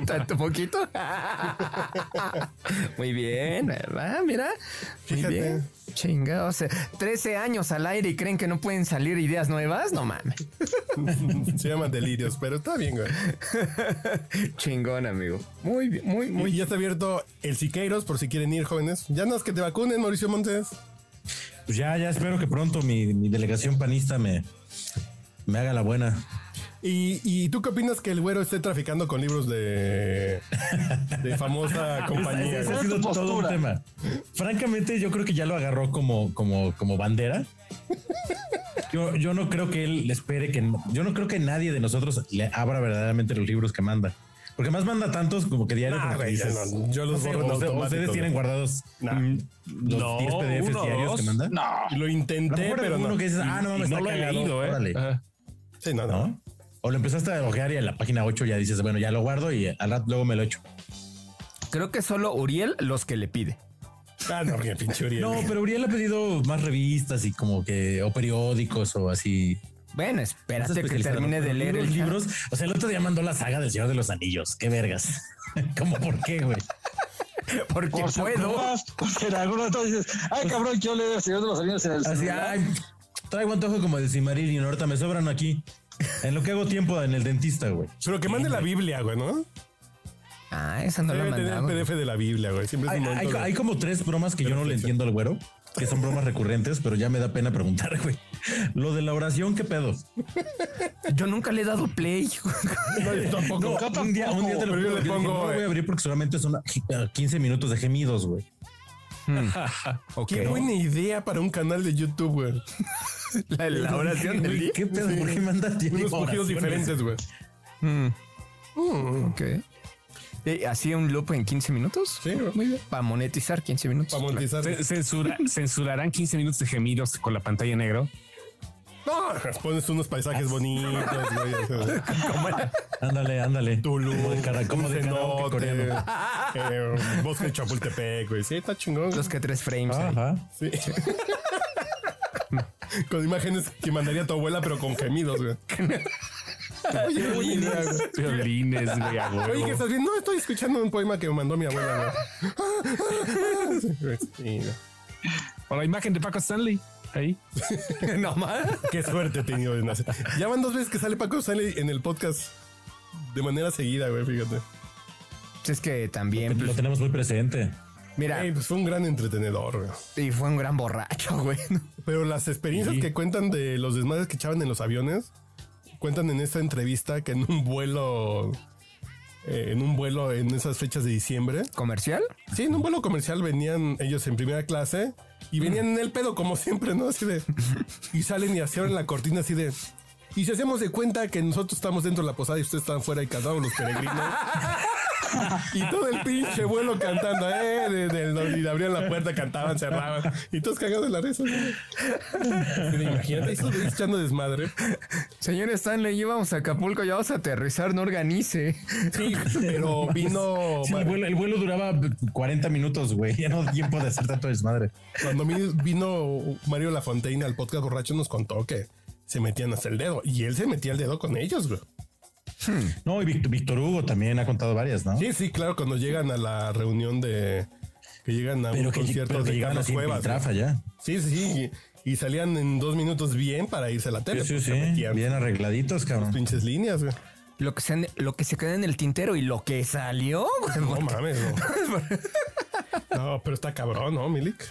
S4: [laughs] ¿Tanto poquito? Muy bien, ¿verdad? Mira. Muy
S3: Fíjate.
S4: bien. Chingados. eh, 13 años al aire y creen que no pueden salir ideas nuevas. No mames.
S3: Se llaman delirios, pero está bien, güey.
S4: Chingón, amigo. Muy, bien, muy,
S3: Muy,
S4: muy.
S3: ya está abierto el Siqueiros por si quieren ir, jóvenes. Ya no es que te vacunen, Mauricio Montes.
S5: Pues ya, ya espero que pronto mi, mi delegación panista me, me haga la buena.
S3: ¿Y, y tú qué opinas que el güero esté traficando con libros de, de
S5: [laughs]
S3: famosa compañía?
S5: Ese
S3: güey?
S5: ha sido
S7: tu
S5: todo un
S7: postura?
S5: tema. Francamente, yo creo que ya lo agarró como, como, como bandera. Yo, yo no creo que él espere que no- yo no creo que nadie de nosotros le abra verdaderamente los libros que manda. Porque más manda tantos como que diario.
S3: Nah,
S5: como que
S3: güey, ya
S5: dices,
S3: no, yo los
S5: sé,
S3: borro en
S5: o usted-
S3: automático,
S5: Ustedes tienen
S3: güey.
S5: guardados
S3: Nah.
S5: mm, los
S6: No,
S5: 10 PDFs
S6: uno,
S5: diarios
S6: dos.
S5: que manda.
S7: No.
S3: Lo
S5: A lo
S3: intenté,
S5: mejor
S3: pero
S5: alguno
S3: no.
S5: que dices, ah, no
S6: Y
S5: mames,
S6: no
S5: está
S6: lo he
S5: cagado,
S6: leído, ¿eh?
S5: órale.
S6: Ajá.
S3: Sí, no, no.
S5: ¿no? O lo empezaste a ojear y en la página 8 ya dices, bueno, ya lo guardo y al rato luego me lo echo.
S4: Creo que solo Uriel los que le pide.
S3: Ah, no, porque pinche Uriel.
S5: No, pero Uriel ha pedido más revistas y como que, o periódicos o así.
S4: Bueno,
S5: Más
S4: espérate que
S5: especializado.
S4: termine de
S5: Pero
S4: leer el libro.
S5: libros. O sea, el otro día mandó la saga del Señor de los Anillos. Qué vergas. [laughs] ¿Cómo por qué, güey?
S4: Porque
S7: Por si
S4: puedo.
S7: acaso, porque en algún momento dices, ay cabrón, yo le el Señor de los Anillos en el
S5: Así,
S7: celular".
S5: ay, traigo antojo como de Cimarillion. Ahorita me sobran aquí. En lo que hago tiempo en el dentista, güey.
S3: Pero que mande la Biblia, güey, ¿no?
S4: Ah, esa no la
S3: Debe tener el
S4: mandamos.
S3: PDF de la Biblia, güey. Siempre es
S5: Hay,
S3: un momento
S5: hay-
S3: de-
S5: hay como tres bromas que yo no le entiendo al güero. que son bromas recurrentes, pero ya me da pena preguntar, güey. Lo de la oración, ¿qué pedo?
S4: Yo nunca le he dado play.
S3: No,
S4: [laughs]
S3: yo tampoco.
S5: No, un día, un día te
S3: Pero
S5: lo
S3: yo
S5: juro,
S3: le
S5: yo dije,
S3: pongo,
S5: no lo voy
S3: eh,
S5: a abrir porque solamente son eh, 15 minutos de gemidos, güey.
S4: Ok.
S3: Qué buena idea para un canal de YouTube,
S5: [laughs]
S3: güey.
S4: La, la oración del
S5: Güey,
S4: día.
S5: ¿Qué pedo? ¿Por qué me andas
S3: Unos
S5: diciendo
S3: cogidos
S5: oraciones?
S3: diferentes, güey.
S4: Ok. Eh, ¿Hacía un loop en 15 minutos?
S3: Sí, güey.
S4: Muy bien. Para monetizar 15 minutos.
S3: Para monetizar.
S6: Ce- censura- censurarán 15 minutos de gemidos con la pantalla negro.
S3: No, pones unos paisajes bonitos, güey. así, güey.
S5: Ándale, ándale. [laughs] Como de,
S3: Tulum,
S5: cara, como
S3: un
S5: de karaoke
S3: cenote,
S5: coreano.
S3: eh, un bosque de Chapultepec, güey. Sí, está chingón.
S4: Los que tres frames.
S5: [laughs]
S4: ahí.
S5: Ajá.
S3: Sí. [laughs] con imágenes que mandaría tu abuela, pero con gemidos, güey. Oye, qué buena idea, güey.
S6: Violines, güey, a huevo.
S3: Oye, que estás bien. No, estoy escuchando un poema que me mandó mi abuela, güey. Sí, güey. [laughs] Sí, güey.
S6: O la imagen de Paco Stanley. Ahí.
S4: no más.
S3: Qué suerte he tenido de nacer. Ya van dos veces que sale Paco sale en el podcast de manera seguida, güey, fíjate.
S4: Es que también.
S5: Lo
S4: pues,
S5: tenemos muy presente.
S4: mira,
S3: Ey, pues fue un gran entretenedor, güey.
S4: y fue un gran borracho, [laughs] güey.
S3: Pero las experiencias que cuentan de los desmadres que echaban en los aviones, cuentan en esta entrevista que en un vuelo, eh, en un vuelo en esas fechas de diciembre,
S4: ¿Comercial?
S3: sí, en un vuelo comercial venían ellos en primera clase y venían en el pedo como siempre, ¿no? Así de, y salen y hacían la cortina así de, y si hacemos de cuenta que nosotros estamos dentro de la posada y ustedes están fuera y cantamos los peregrinos. Y todo el pinche vuelo cantando, eh, de, de- y abrían la puerta, cantaban, cerraban. Y todos cagados de la risa. ¿no? Imagínate, eso güeyes echando desmadre.
S4: Señor Stanley, íbamos a Acapulco, ya vamos a aterrizar, no organice.
S3: Sí, pero vino.
S5: Sí, el, vuelo, el vuelo duraba 40 minutos, güey. Ya no dio tiempo de hacer tanto desmadre.
S3: Cuando mi- vino Mario Lafontaine al podcast borracho, nos contó que se metían hasta el dedo y él se metía el dedo con ellos. Güey.
S5: No, y Víct- Víctor Hugo también ha contado varias, ¿no?
S3: Sí, sí, claro, cuando llegan a la reunión de que llegan a
S5: Pero
S3: un
S5: que,
S3: concierto
S5: pero que
S3: de
S5: llegaban
S3: Carlos
S5: así en
S3: Cuevas.
S5: piltrafa ya.
S3: güey. Sí, sí, y, y salían en dos minutos bien para irse a la tele.
S5: Sí, sí,
S3: porque
S5: sí.
S3: se metían
S5: Bien arregladitos,
S3: sus
S5: cabrón.
S3: pinches líneas.
S5: [laughs]
S3: Güey.
S4: Lo que, se, en- lo que se queda en el tintero y lo que salió, güey.
S3: No mames,
S5: [laughs]
S3: no. No, pero está cabrón, ¿no, Milik? [laughs]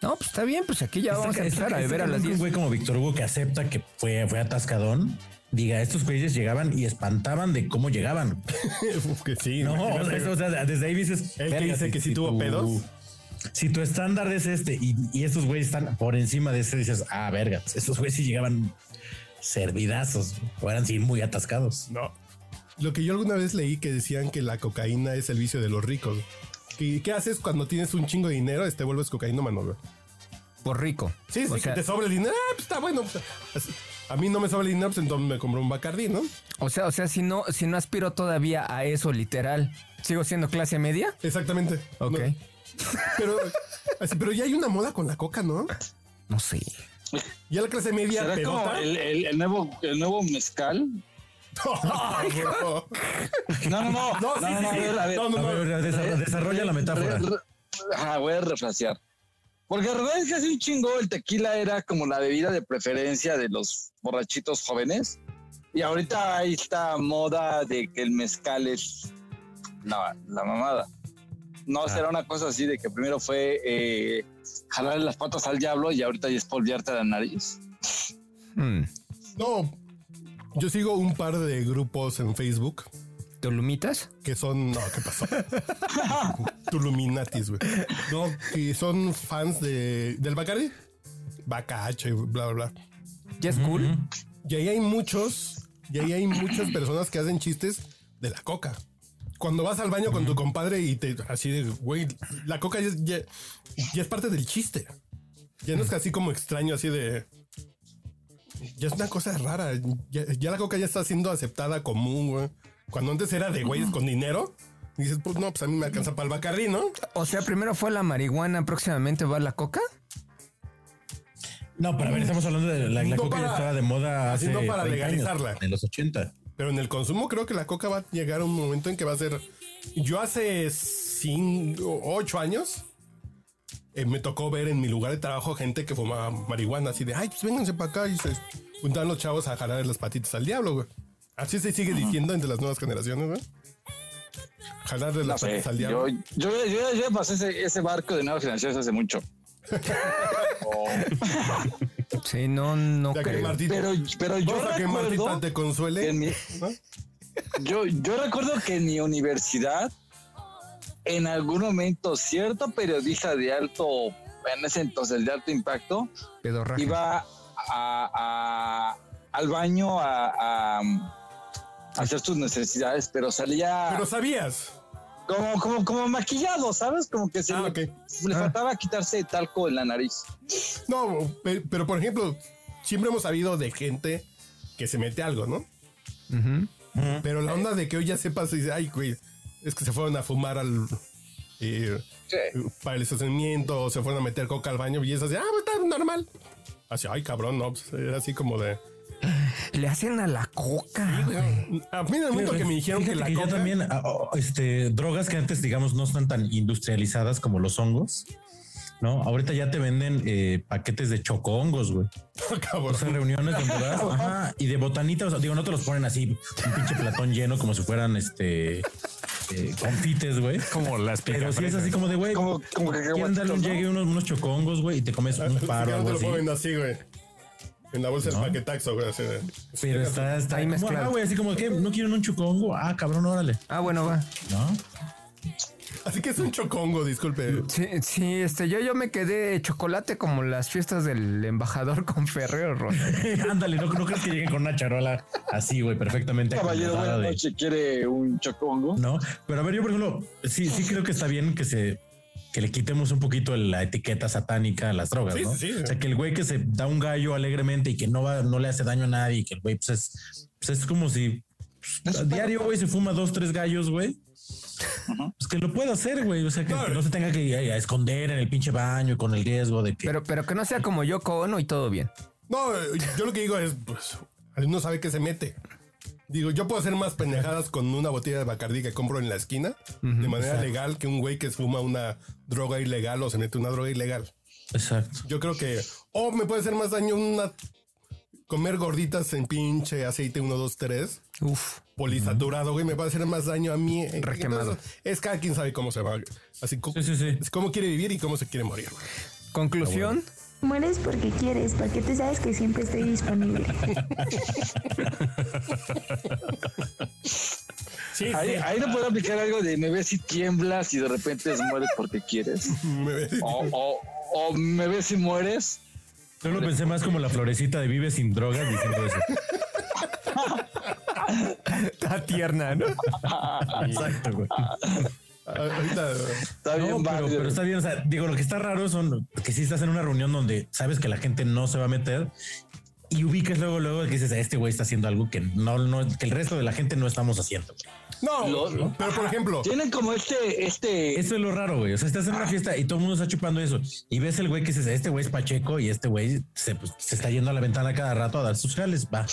S4: No, pues está bien, pues aquí ya vamos a
S5: Está- está-
S4: empezar a
S5: está
S4: beber a
S5: cabrón
S4: las
S5: que Un
S4: 10.
S5: güey como Víctor Hugo que acepta que fue, fue atascadón. Diga, estos güeyes llegaban y espantaban de
S3: [laughs]
S5: cómo llegaban.
S3: Uf, que sí.
S5: No, o
S3: imagínate,
S5: sea, o sea, desde ahí dices.
S3: El que
S5: "Verga,
S3: dice que sí tuvo
S5: tu-
S3: pedos".
S5: Si tu estándar es este y, y estos güeyes están por encima de ese, dices, ah, verga, estos güeyes sí llegaban servidazos o eran sí muy atascados.
S3: No. Lo que yo alguna vez leí que decían que la cocaína es el vicio de los ricos. ¿Y qué haces cuando tienes un chingo de dinero? Este vuelves cocaína, Manolo.
S4: Por rico.
S3: Sí, sí,
S4: o
S3: que
S4: sea,
S3: te sobra el dinero. Ah, pues está bueno. pues, así. a mí no me sobra el dinero, pues entonces me compro un Bacardí, ¿no?
S4: o sea, o sea, si no, si no aspiro todavía a eso literal, ¿sigo siendo clase media?
S3: Exactamente.
S4: Ok.
S3: No, pero, así, pero ya hay una moda con la coca, ¿no?
S4: No, sé.
S3: Ya la clase media
S7: ¿Será como
S3: [laughs] pedota.
S7: el, el- el nuevo, el nuevo mezcal?
S3: no,
S7: No, no, no.
S3: [laughs] No, sí, sí,
S7: a
S3: sí.
S7: ver, a ver.
S3: No, no,
S5: A
S3: no.
S5: ver, desa- desarrolla la metáfora.
S7: Re- re- Ajá, voy a refrasear. Porque verdad es que hace un chingo el tequila era como la bebida de preferencia de los borrachitos jóvenes. Y ahorita hay esta moda de que el mezcal es la, la mamada. No será una cosa así de que primero fue eh, jalarle las patas al diablo y ahorita ya es polviarte la nariz.
S4: Hmm.
S3: no. Yo sigo un par de grupos en Facebook
S4: ¿Tolumitas?
S3: que son. No, ¿qué pasó? Tuluminatis, güey. No, que son fans de, del Bacardi. Bacache, bla, bla, bla.
S4: ¿Ya es cool?
S3: Y ahí hay muchos, y ahí hay muchas personas que hacen chistes de la coca. Cuando vas al baño con tu compadre y te así de, güey, la coca ya, es- ya- ya es parte del chiste. Ya no es así como extraño, así de. Ya es una cosa rara. Ya, ya la coca ya está siendo aceptada común, güey. Cuando antes era de güeyes con dinero, dices, pues no, pues a mí me alcanza para el bacarrí, ¿no?
S4: O sea, primero fue la marihuana, próximamente va la coca.
S5: No, pero a ver, estamos hablando de la, la
S3: No
S5: coca
S3: para-
S5: ya estaba de moda
S3: así
S5: hace
S3: no para
S5: 30 años,
S3: legalizarla.
S5: en los 80.
S3: Pero en el consumo creo que la coca va a llegar a un momento en que va a ser... Yo hace cinco, ocho años eh, me tocó ver en mi lugar de trabajo gente que fumaba marihuana así de, ay, pues vénganse para acá y se juntan los chavos a jalar las patitas al diablo, güey. Así se sigue diciendo entre las nuevas generaciones, güey. Jalarle
S7: No
S3: las
S7: sé.
S3: patitas al
S7: Eh, Yo,
S3: diablo.
S7: yo, yo, yo ya pasé ese, ese barco de nuevas generaciones hace mucho.
S4: Sí, no, no
S3: Ya que
S4: creo.
S3: Martita,
S7: Pero, pero yo
S3: cosa que Martita
S7: recuerdo
S3: te
S7: que
S3: consuele.
S7: en mi- yo, yo recuerdo que en mi universidad, en algún momento, cierto periodista de alto, en ese entonces de alto impacto,
S4: Pedorraje.
S7: iba a- a- al baño a, a- a hacer sus necesidades, pero salía
S3: Pero sabías.
S7: como, como, como maquillado, ¿sabes? Como que se
S3: Ah,
S7: le,
S3: ok.
S7: le
S4: Ah.
S7: faltaba quitarse talco en la nariz.
S3: No, pe- pero por ejemplo, siempre hemos sabido de gente que se mete algo, ¿no?
S4: Ujú.
S3: Pero la onda de que hoy ya sepas, dice, ay, güey, es que se fueron a fumar al. eh, para el estacionamiento, o se fueron a meter coca al baño, y es así, ah, pues, está normal. Así, ay, cabrón, no, pues, era así como de.
S4: Le hacen a la coca. güey.
S3: A mí, en el momento que me dijeron que la
S5: Fíjate yo
S3: coca. [laughs]
S5: también, ah, oh, este, drogas que antes, digamos, no están tan industrializadas como los hongos, ¿no? Ahorita ya te venden eh, paquetes de chocohongos, güey. O
S3: [laughs]
S5: sea,
S3: cabrón.
S5: reuniones
S3: [laughs]
S5: de moradas, ajá, y de botanita, o sea, digo, no te los ponen así, un pinche platón lleno como si fueran, este, eh, confites, güey.
S6: Como las
S5: Pero si es
S6: picafresas.
S5: así como de, güey,
S7: Como, como que
S5: quieren darle un llegue unos, unos chocongos, güey, y te
S3: [laughs]
S5: comes un
S3: Ya
S5: paro,
S3: no te
S5: algo
S3: lo
S5: así.
S3: ponen así, güey. En la bolsa del
S5: No.
S3: paquetaxo, güey. Así de,
S5: Pero está, está
S4: Ahí
S5: ahí como,
S4: mezclado.
S5: ah, güey, así como, ¿qué? ¿No quieren un chocongo? Ah, cabrón, órale,
S4: Ah, bueno, va.
S5: ¿no?
S3: Así que es un chocongo, disculpe.
S4: Sí, sí, este, yo, yo me quedé chocolate como las fiestas del embajador [laughs] con Ferrero Rocher.
S5: [laughs] Ándale, no, no crees que lleguen con una charola así, güey, perfectamente
S7: Caballero,
S5: acomodada
S7: buenas
S5: de-
S7: noches, ¿quiere un chocongo?
S5: No, pero a ver, yo por ejemplo, sí, sí creo que está bien que se que le quitemos un poquito la etiqueta satánica a las drogas,
S3: Sí,
S5: ¿no?
S3: sí, sí.
S5: O sea, que el güey que se da un gallo alegremente y que no va, no le hace daño a nadie, y que el güey pues es, pues es como si pues, a diario, güey, se fuma dos, tres gallos, güey. Pues que lo pueda hacer, güey. O sea, que, que no se tenga que ir a esconder en el pinche baño con el riesgo de que.
S4: Pero, pero que no sea como yo cono y todo bien.
S3: No, yo lo que digo es, pues, uno sabe que se mete. Digo, yo puedo hacer más pendejadas con una botella de Bacardí que compro en la esquina de manera legal que un güey que fuma una droga ilegal o se mete una droga ilegal.
S5: Exacto.
S3: Yo creo que, o me puede hacer más daño una comer gorditas en pinche aceite 1, 2, 3,
S4: Uf.
S3: polisaturado, güey, me puede hacer más daño a mí. eh,
S4: Requemado.
S3: Entonces, es cada quien sabe cómo se va. Así co-
S5: Sí, sí, sí.
S3: es cómo quiere vivir y cómo se quiere morir. güey.
S4: Conclusión.
S2: Mueres porque quieres, porque tú sabes que siempre estoy disponible.
S7: Ahí, ahí no puedo aplicar algo de me ves si tiemblas y de repente mueres porque quieres.
S3: Me ve-
S7: O, o- o me ves si mueres.
S5: Yo lo pensé más como la florecita de vive sin drogas
S3: [laughs]
S5: diciendo eso.
S4: Está tierna, ¿no?
S5: Exacto, güey.
S3: Ahorita,
S7: Está
S5: No,
S7: bien,
S5: pero,
S7: válido.
S5: pero está bien. O sea, digo, lo que está raro son que si estás en una reunión donde sabes que la gente no se va a meter y ubicas luego, luego que dices, este güey está haciendo algo que no, no, que el resto de la gente no estamos haciendo. güey".
S3: no,
S7: Lo-
S3: pero por ejemplo,
S7: Tienen como este, este,
S5: Eso es lo raro, güey. O sea, estás en una fiesta y todo el mundo está chupando eso y ves el güey que dices, este güey es Pacheco y este güey se, pues, se está yendo a la ventana cada rato a dar sus jales. Va.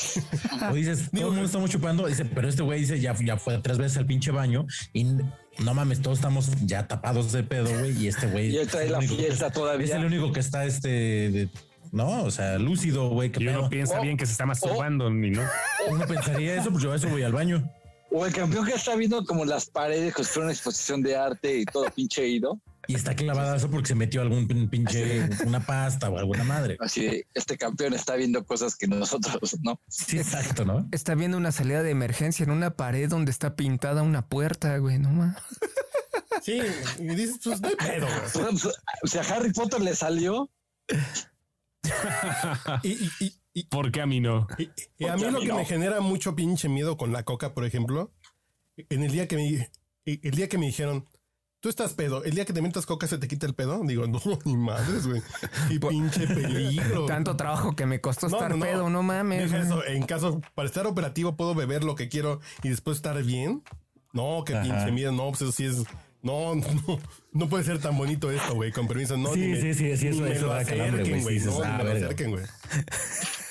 S5: O dices, todo el mundo estamos chupando. Dice, pero este güey dice, ya, ya fue tres veces al pinche baño y no mames, todos estamos ya tapados de pedo, güey. Y este güey
S7: Y él trae
S5: es el
S7: la
S5: único que
S7: fiesta
S5: está-
S7: todavía.
S5: Es el único que está este, de- no, o sea, lúcido, güey. qué
S6: Y uno
S5: pedo.
S6: piensa
S7: Oh,
S6: bien que se está masturbando, ni no.
S5: Uno pensaría eso, pues yo a eso voy al baño.
S7: o el campeón que está viendo como las paredes que una exposición de arte y todo pinche ido.
S5: Y está clavada eso porque se metió algún pin- pinche, una pasta o alguna madre.
S7: Así de, este campeón está viendo cosas que nosotros no.
S5: Sí, exacto, ¿no?
S4: Está viendo una salida de emergencia en una pared donde está pintada una puerta, güey, no más.
S3: sí, y dices, pues no hay pedo,
S5: [laughs]
S3: güey.
S7: O sea, Harry Potter le salió.
S5: Ah.
S3: Y- y- y- y-
S6: ¿Por qué a mí no?
S3: Y, y a mí lo que me genera mucho pinche miedo con la coca, por ejemplo, en el día que me el día que me dijeron, tú estás pedo, el día que te metas coca se te quita el pedo, digo, [laughs] no, ni madres, güey. Y pinche peligro.
S4: Tanto trabajo que me costó
S3: Oh. No,
S4: estar
S3: no, no.
S4: pedo,
S3: [laughs]
S4: no mames.
S3: Deja eso, en caso, para estar operativo puedo beber lo que quiero y después estar bien. No, que pinche miedo, no, pues eso sí es. No, [laughs] no, no puede ser tan bonito esto, güey. Con permiso, no.
S5: Sí,
S3: ni me-
S5: sí, sí, sí,
S3: ni
S5: eso-
S3: me
S5: eso
S3: lo
S5: da calambre,
S3: acerquen, güey.
S5: güey, sí,
S3: No,
S5: dices,
S3: ni me
S5: ah,
S3: lo
S5: verga. [laughs]
S3: acerquen, güey.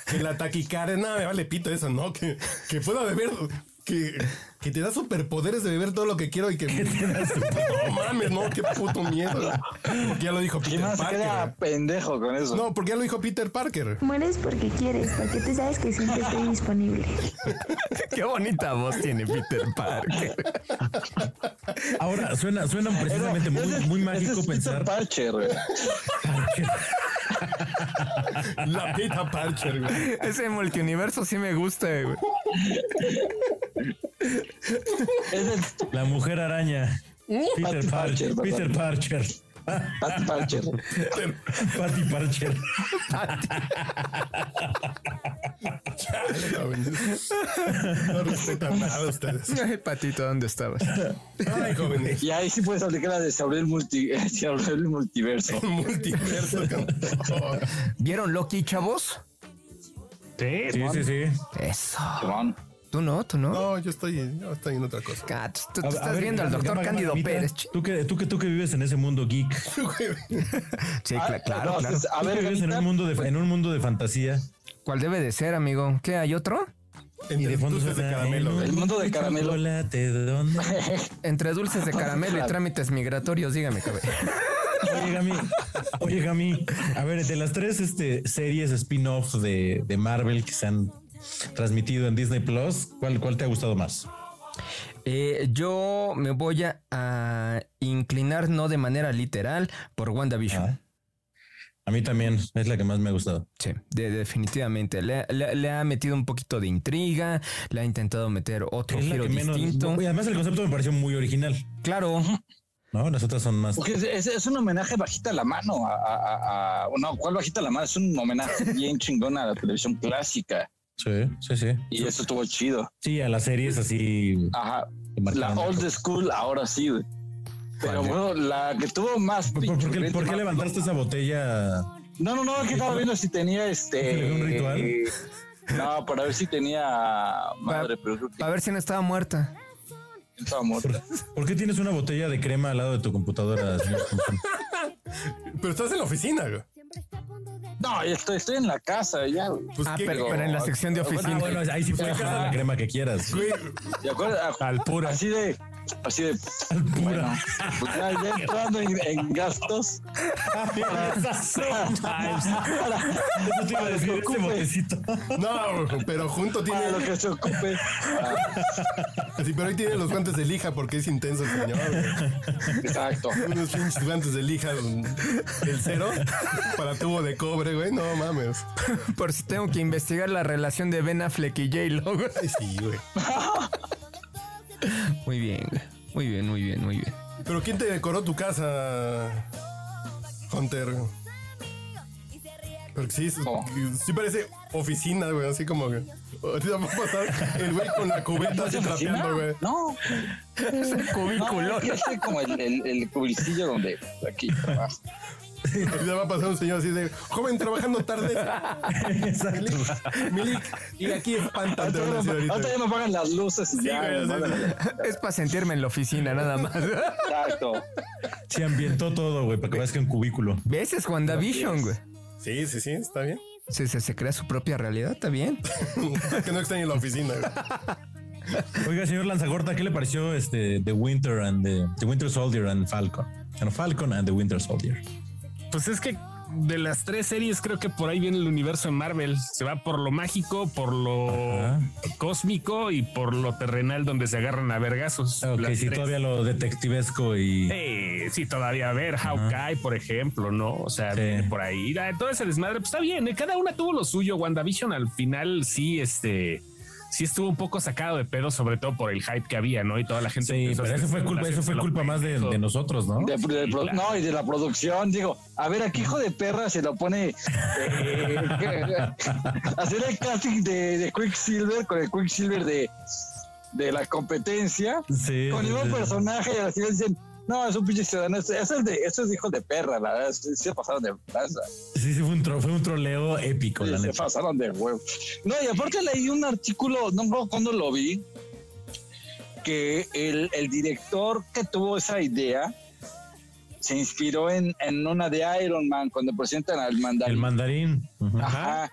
S3: Que la taquicardia, nada, me vale pito eso, no, que, que pueda beber que, que te da superpoderes de beber todo lo que quiero y
S5: [laughs]
S3: que [laughs] no mames, no, qué puto miedo. güey. Porque ya lo dijo
S7: ¿Quién
S3: Peter
S7: más se queda
S3: Parker.
S7: pendejo con eso?
S3: No, porque ya lo dijo Peter Parker.
S2: Mueres porque quieres, porque tú sabes que siempre estoy disponible.
S4: Qué bonita voz tiene Peter Parker.
S5: Ahora suena, suena
S7: Pero
S5: precisamente
S7: ese
S5: muy,
S7: es-
S5: muy
S7: ese
S5: mágico
S7: es Peter
S5: pensar.
S7: Parcher, güey.
S3: La Peter Parker, güey.
S4: Ese multiuniverso sí me gusta, güey.
S7: Es el
S5: La mujer araña. Peter
S7: Patty
S5: Parcher.
S7: Parcher,
S5: Peter Parcher.
S7: Pat Parcher.
S5: Patty Parcher.
S3: No respetan nada ustedes.
S4: Ay, patito, ¿dónde estabas?
S3: Ay, jóvenes.
S7: Y ahí sí puedes aplicar la de se abrió el, multi, [laughs] se abrió el multiverso.
S3: [laughs] Multiverso, cabrón.
S4: ¿Vieron Loki, chavos?
S6: Sí,
S5: Sí, sí, sí.
S4: Eso.
S7: Cabrón.
S4: ¿Tú no? ¿Tú no?
S3: No, yo estoy, en- yo estoy en otra cosa.
S4: Ah, tú- tú
S5: A-
S4: te
S5: a
S4: estás
S5: ver,
S4: viendo al
S5: Gama-
S4: doctor
S5: Gama
S4: Cándido
S5: Gamita,
S4: Pérez. ch-
S5: Tú que, tú que tú que vives en ese mundo geek.
S4: Sí,
S7: Ah,
S4: cla- claro,
S7: no,
S4: claro.
S7: entonces, A
S5: tú que
S7: ver,
S5: vives en
S7: Gavita,
S5: un mundo de en un mundo de fantasía.
S4: ¿Cuál debe de ser, amigo? ¿Qué hay otro?
S5: Y de
S3: Entre
S5: fondo
S3: dulces de
S5: suena,
S3: caramelo.
S5: "En
S3: güey.
S7: El
S5: un
S7: mundo de caramelo".
S5: chocolate, ¿de dónde?
S4: Entre dulces de caramelo y trámites migratorios, dígame, cabrón.
S5: Oye, Gami, oye, Gami, a ver, de las tres este, series spin-off de, de Marvel que se han transmitido en Disney Plus, ¿cuál, ¿cuál te ha gustado más?
S4: Eh, yo me voy a, a inclinar, no de manera literal, por WandaVision.
S5: Ah. A mí también es la que más me ha gustado.
S4: Sí, de- definitivamente. Le, le- le ha metido un poquito de intriga, le ha intentado meter otro
S5: Es la
S4: giro
S5: que menos-
S4: distinto.
S5: y además el concepto me pareció muy original,
S4: Claro,
S5: ¿no? Las otras son más.
S7: porque es, es- es un homenaje bajita la mano. A, a- a- a- no, ¿cuál bajita la mano? Es un homenaje bien chingón a la televisión clásica.
S5: Sí, sí, sí.
S7: Y eso estuvo chido.
S5: Sí, a las series así.
S7: Ajá.
S5: que
S7: La
S5: marcaron.
S7: old school, ahora sí, güey. Pero bueno, la que tuvo más.
S5: ¿Por, por- por qué, por qué levantaste esa botella?
S7: No, no, no, que estaba viendo si tenía
S5: [laughs]
S7: este.
S5: ¿Un ritual?
S7: No, para ver si tenía madre, pero creo que
S4: a ver si no estaba muerta.
S7: estaba muerta.
S5: ¿Por qué tienes una botella de crema al lado de tu computadora? señor Simpson?
S3: Pero estás en la oficina, güey.
S7: No, ya estoy, estoy en la casa ya. güey.
S3: Pues
S4: Ah,
S3: qué,
S4: pero,
S7: digo?
S4: pero en la sección de
S5: Ah,
S4: oficina. [laughs]
S5: bueno, ahí sí puedes poner la crema que quieras.
S3: güey.
S7: ¿De acuerdo? A-
S6: Al pura.
S7: [laughs] Así de. Así de. Bueno, pues ya, ya entrando en, en gastos.
S5: [laughs] Eso te iba a decir,
S7: Lo
S5: este
S7: ocupe.
S5: botecito.
S3: No, pero junto tiene.
S7: Para lo que se ocupe. ah,
S3: Sí, pero ahí tiene los guantes de lija porque es intenso el señor. güey.
S5: [laughs]
S7: Exacto.
S3: Unos pinches guantes de lija el cero para tubo de cobre, güey. No mames.
S4: Por si tengo que investigar la relación de Ben Affleck y J-Lo. [laughs] güey.
S3: Ay, sí, güey.
S4: Muy bien, güey. muy bien, muy bien, muy bien.
S3: Pero ¿quién te decoró tu casa, Hunter? Porque sí, es-
S7: ¿Cómo?
S3: sí parece oficina, güey. Así como que. Ahorita va a pasar el güey con la cubeta así
S7: ¿Oficina?
S3: trapeando, güey.
S7: No, no,
S4: Cubículo.
S7: es que es como el, el, el cubricillo donde aquí trabajo.
S3: Ahorita va a pasar un señor así de joven trabajando tarde.
S5: Exacto.
S3: Milik, y aquí espantante. van a decir ahorita.
S7: Ahorita ya me apagan las luces y ya.
S3: güey,
S7: me
S3: sí,
S7: mandan-
S4: Es para sentirme en la oficina, nada más.
S7: Exacto.
S5: Se ambientó todo, güey, para que veas que un cubículo.
S4: ¿Ves? Es WandaVision, güey.
S3: Sí, sí, sí, está bien. [laughs]
S4: Se, se, se crea su propia realidad, está bien.
S3: que no extrañe la oficina. güey.
S5: Oiga, señor Lanzagorta, ¿qué le pareció este The Winter and the, The Winter Soldier and Falcon? Bueno, Falcon and the Winter Soldier.
S6: [laughs] Pues es que de las tres series creo que por ahí viene el universo de Marvel. Se va por lo mágico, por lo
S5: Ajá.
S6: cósmico y por lo terrenal donde se agarran a vergazos.
S5: Ok,
S6: Las
S5: sí,
S6: tres.
S5: todavía lo detectivesco y.
S6: Eh, sí, todavía a ver Hawkeye, por ejemplo, ¿no? O sea,
S5: Sí.
S6: viene por ahí. Ah, Todo ese desmadre, pues está bien, ¿eh? cada una tuvo lo suyo. WandaVision al final sí, este, sí estuvo un poco sacado de pedo, sobre todo por el hype que había, ¿no? Y toda la gente.
S5: Sí,
S6: empezó a
S5: pero eso
S6: hacer
S5: fue culpa, eso
S6: especulaciones
S5: fue
S6: de lo
S5: culpa más de,
S6: pendejo.
S5: de nosotros, ¿no?
S7: De- de-
S6: Sí,
S7: pro-
S6: claro.
S7: No, y de la producción, digo, a ver, ¿a qué hijo de perra se lo pone eh, [laughs] hacer el casting de, de Quicksilver con el Quicksilver de, de la competencia?
S5: Sí. pues,
S7: Con el mismo personaje, y así le dicen, no, es un pinche ciudadano, eso es de, eso es de hijo de perra, la verdad, sí se pasaron de plaza,
S5: Sí, sí, fue un, tro- fue un troleo épico, la
S7: se
S5: neta.
S7: pasaron de huevo. No, y aparte leí un artículo, no me acuerdo cuándo lo vi, que el, el director que tuvo esa idea se inspiró en, en una de Iron Man cuando presentan al
S5: El
S7: mandarín.
S5: mandarín. Ujú.
S7: Ajá.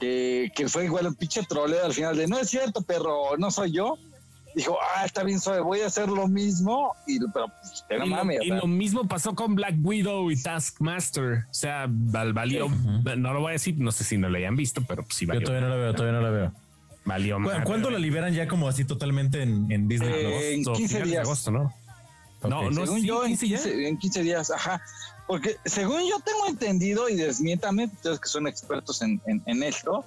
S7: Que, que fue igual un pinche troleo al final de no es cierto, pero no soy yo. dijo, ah, está bien suave, voy a hacer lo mismo, y, pero pues, que no
S6: Y, lo-
S7: mames,
S6: y
S7: o
S6: lo,
S7: sea.
S6: mismo pasó con Black Widow y Taskmaster. O sea, val- valió. No lo voy a decir, no sé si no lo hayan visto, pero pues sí
S5: Yo
S6: valió.
S5: todavía no la veo, todavía no la veo.
S6: valió
S5: ¿Cu-
S6: madre.
S5: ¿Cuándo la liberan ya como así totalmente en, en Disney?
S7: Eh, en
S6: Agosto,
S7: 15
S6: finales de
S7: días.
S6: agosto, ¿no? No,
S5: Ok.
S6: no,
S7: según
S6: sí,
S7: yo, en
S6: 15 ya.
S7: 15, en 15 días, ajá. Porque según yo tengo entendido, y desmiéntame, ustedes que son expertos en, en- en esto,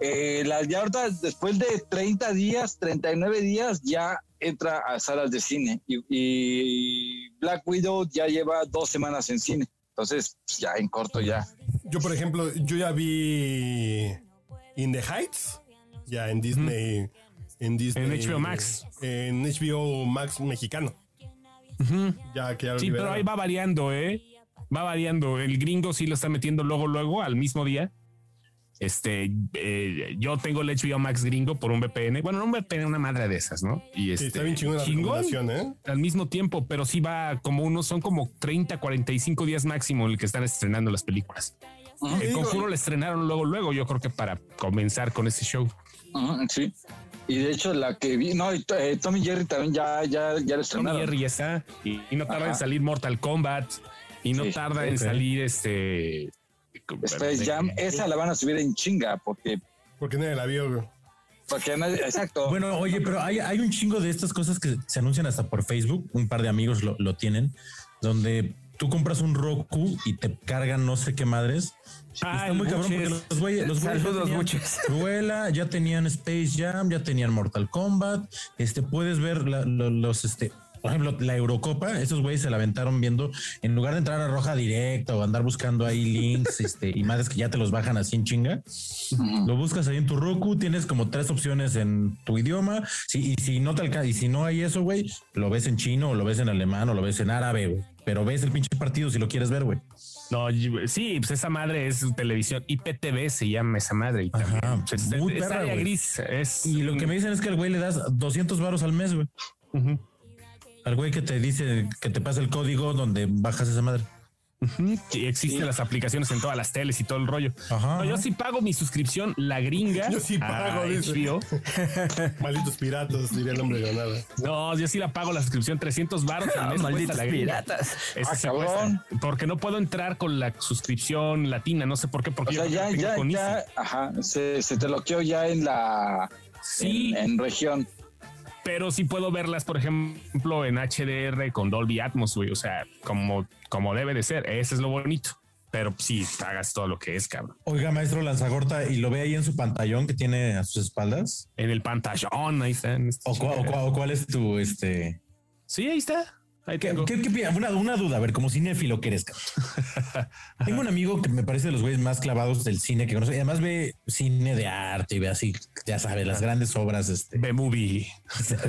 S7: eh, la, ya ahorita, después de 30 días, 39 días, ya entra a salas de cine. Y, y Black Widow ya lleva dos semanas en cine. Entonces, pues, ya en corto, ya.
S3: Yo, por ejemplo, yo ya vi In the Heights, ya en Disney. En Disney.
S6: En HBO Max.
S3: En HBO Max mexicano. Ya que ya lo
S6: Sí, pero
S3: liberaron.
S6: ahí va variando, ¿eh? Va variando. El gringo sí lo está metiendo luego, luego, al mismo día. Este, eh, yo tengo el HBO Max gringo por un VPN. Bueno, no un VPN, una madre de esas, ¿no? Y
S3: Sí,
S6: este,
S3: está bien chingón la
S6: chingón,
S3: recomendación, ¿eh?
S6: al mismo tiempo, pero sí va como unos, son como 30, 45 días máximo en el que están estrenando las películas.
S7: Ujú,
S6: El
S3: digo-
S6: conjuro le estrenaron luego, luego, yo creo que para comenzar con ese show.
S7: ujú, sí. Y de hecho, la que vi, no, y to- eh, Tommy Jerry también ya, ya, ya la
S6: Tom y
S7: estrenaron.
S6: Jerry ya está. Y, y no tarda
S7: Ajá.
S6: en salir Mortal Kombat. Y no
S7: Sí,
S6: tarda en
S5: ok.
S6: salir este. eh,
S7: Space Jam, esa la van a subir en chinga, porque,
S3: Porque nadie la vio, güey.
S7: porque nadie- exacto.
S5: Bueno, oye, pero hay, hay un chingo de estas cosas que se anuncian hasta por Facebook. Un par de amigos lo, lo tienen, donde tú compras un Roku y te cargan no sé qué madres. Y
S6: Ah,
S5: está
S6: el
S5: muy cabrón porque
S6: Buches.
S5: los güeyes. Los güeyes ya
S4: Saludos,
S5: tenían [laughs]
S4: Buches.
S5: Cruella, ya tenían Space Jam, ya tenían Mortal Kombat. Este puedes ver la- lo- los este. Por ejemplo, la Eurocopa, esos güeyes se la aventaron viendo, en lugar de entrar a Roja Directa o andar buscando ahí links [laughs] este, y madres que ya te los bajan así en chinga, lo buscas ahí en tu Roku, tienes como tres opciones en tu idioma. Si, y si no te alcanza, y si no hay eso, güey, lo ves en chino, o lo ves en alemán, o lo ves en árabe, güey. Pero ves el pinche partido si lo quieres ver, güey.
S6: No, y- sí, pues esa madre es televisión. IPTV se llama esa madre. Y
S5: Ajá,
S6: también, pues, es,
S5: muy
S6: es
S5: perra,
S6: área
S5: güey.
S6: gris. Es,
S5: Y lo que me dicen es que al güey le das 200 varos al mes, güey.
S6: Ujú.
S5: Al güey que te dice que te pasa el código donde bajas esa madre.
S6: Ujú, sí, existen las aplicaciones en todas las teles y todo el rollo.
S5: Ajá,
S6: No, yo
S5: ajá.
S6: sí pago mi suscripción, la gringa.
S3: Yo sí
S6: a
S3: pago, dice.
S6: HBO.
S3: Malditos piratas, diría el hombre de la nada.
S6: No, yo sí la pago la suscripción 300 baros. al mes cuesta
S4: malditos
S6: la gringa.
S4: piratas.
S6: Esa
S7: Ah,
S6: sí
S7: cabrón.
S6: cuesta, porque no puedo entrar con la suscripción latina, no sé por qué,
S7: O
S6: porque
S7: sea,
S6: yo
S7: ya,
S6: la tengo
S7: ya,
S6: con
S7: ya,
S6: Easy.
S7: ajá, se, se te bloqueó ya en la
S6: Sí,
S7: en, en región.
S6: pero sí puedo verlas, por ejemplo, en HDR con Dolby Atmos, güey. O sea, como, como debe de ser. Ese es lo bonito. Pero sí, pagas todo lo que es, cabrón.
S5: Oiga, maestro Lanzagorta, y lo ve ahí en su pantallón que tiene a sus espaldas.
S6: En el pantallón, ahí está. en esta
S5: ¿O, cua- o
S6: chingadera.
S5: cua- o cuál es tu este?
S6: Sí, ahí está. Ahí
S5: ¿Qué,
S6: tengo.
S5: qué- qué pi- una, una duda, a ver, como cinéfilo que eres. [laughs] cabrón. Tengo un amigo que me parece de los güeyes más clavados del cine que conoce. Y además ve cine de arte y ve así, ya sabes, las grandes obras. Este,
S6: B-Movie.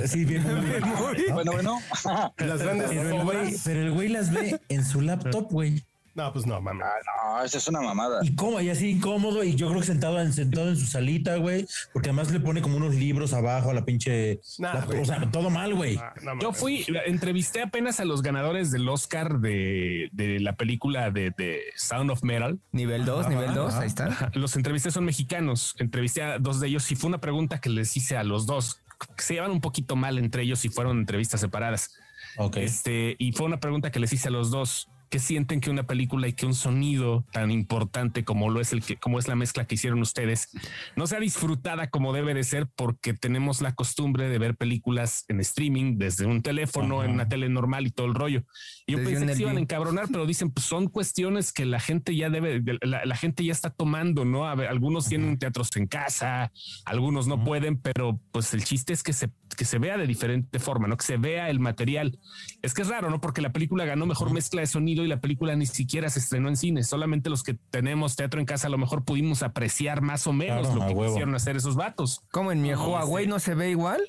S5: sí, bien, [laughs] ¿no?
S7: Bueno, bueno, ajá.
S3: Las grandes
S5: Pero el güey-
S3: obras.
S5: pero el güey las ve en su laptop, güey.
S3: No, pues no, mames.
S7: no, esa es una mamada.
S5: Y como, y así incómodo, y yo creo que sentado en, sentado en su salita, güey, porque además le pone como unos libros abajo a la pinche.
S3: Nah,
S5: la-
S3: güey.
S5: o sea, todo mal, güey.
S3: Ah, no mames.
S6: Yo fui, entrevisté apenas a los ganadores del Oscar de, de la película de, de Sound of Metal.
S4: Nivel 2, nivel 2, ahí está.
S6: Ajá, Los entrevisté son mexicanos. Entrevisté a dos de ellos y fue una pregunta que les hice a los dos. que Se llevan un poquito mal entre ellos y fueron entrevistas separadas.
S5: Ok.
S6: Este, y fue una pregunta que les hice a los dos. ¿Qué sienten que una película y que un sonido tan importante como lo es el que, como es la mezcla que hicieron ustedes, no sea disfrutada como debe de ser? Porque tenemos la costumbre de ver películas en streaming desde un teléfono,
S5: Ajá.
S6: en una tele normal y todo el rollo. Y yo
S4: Desde
S6: pensé
S4: un
S6: que se iban a
S4: LG.
S6: encabronar, pero dicen, pues son cuestiones que la gente ya debe, de- la, la gente ya está tomando, ¿no? A ver, algunos tienen teatros en casa, algunos no pueden, pero pues el chiste es que se, que se vea de diferente forma, ¿no? Que se vea el material. Es que es raro, ¿no? Porque la película ganó mejor mezcla de sonido y la película ni siquiera se estrenó en cine. Solamente los que tenemos teatro en casa a lo mejor pudimos apreciar más o menos
S5: Claro, a
S6: lo que
S5: huevo.
S6: quisieron hacer esos vatos.
S4: ¿Cómo en mi
S6: No,
S4: Huawei
S6: sí.
S4: no se ve igual?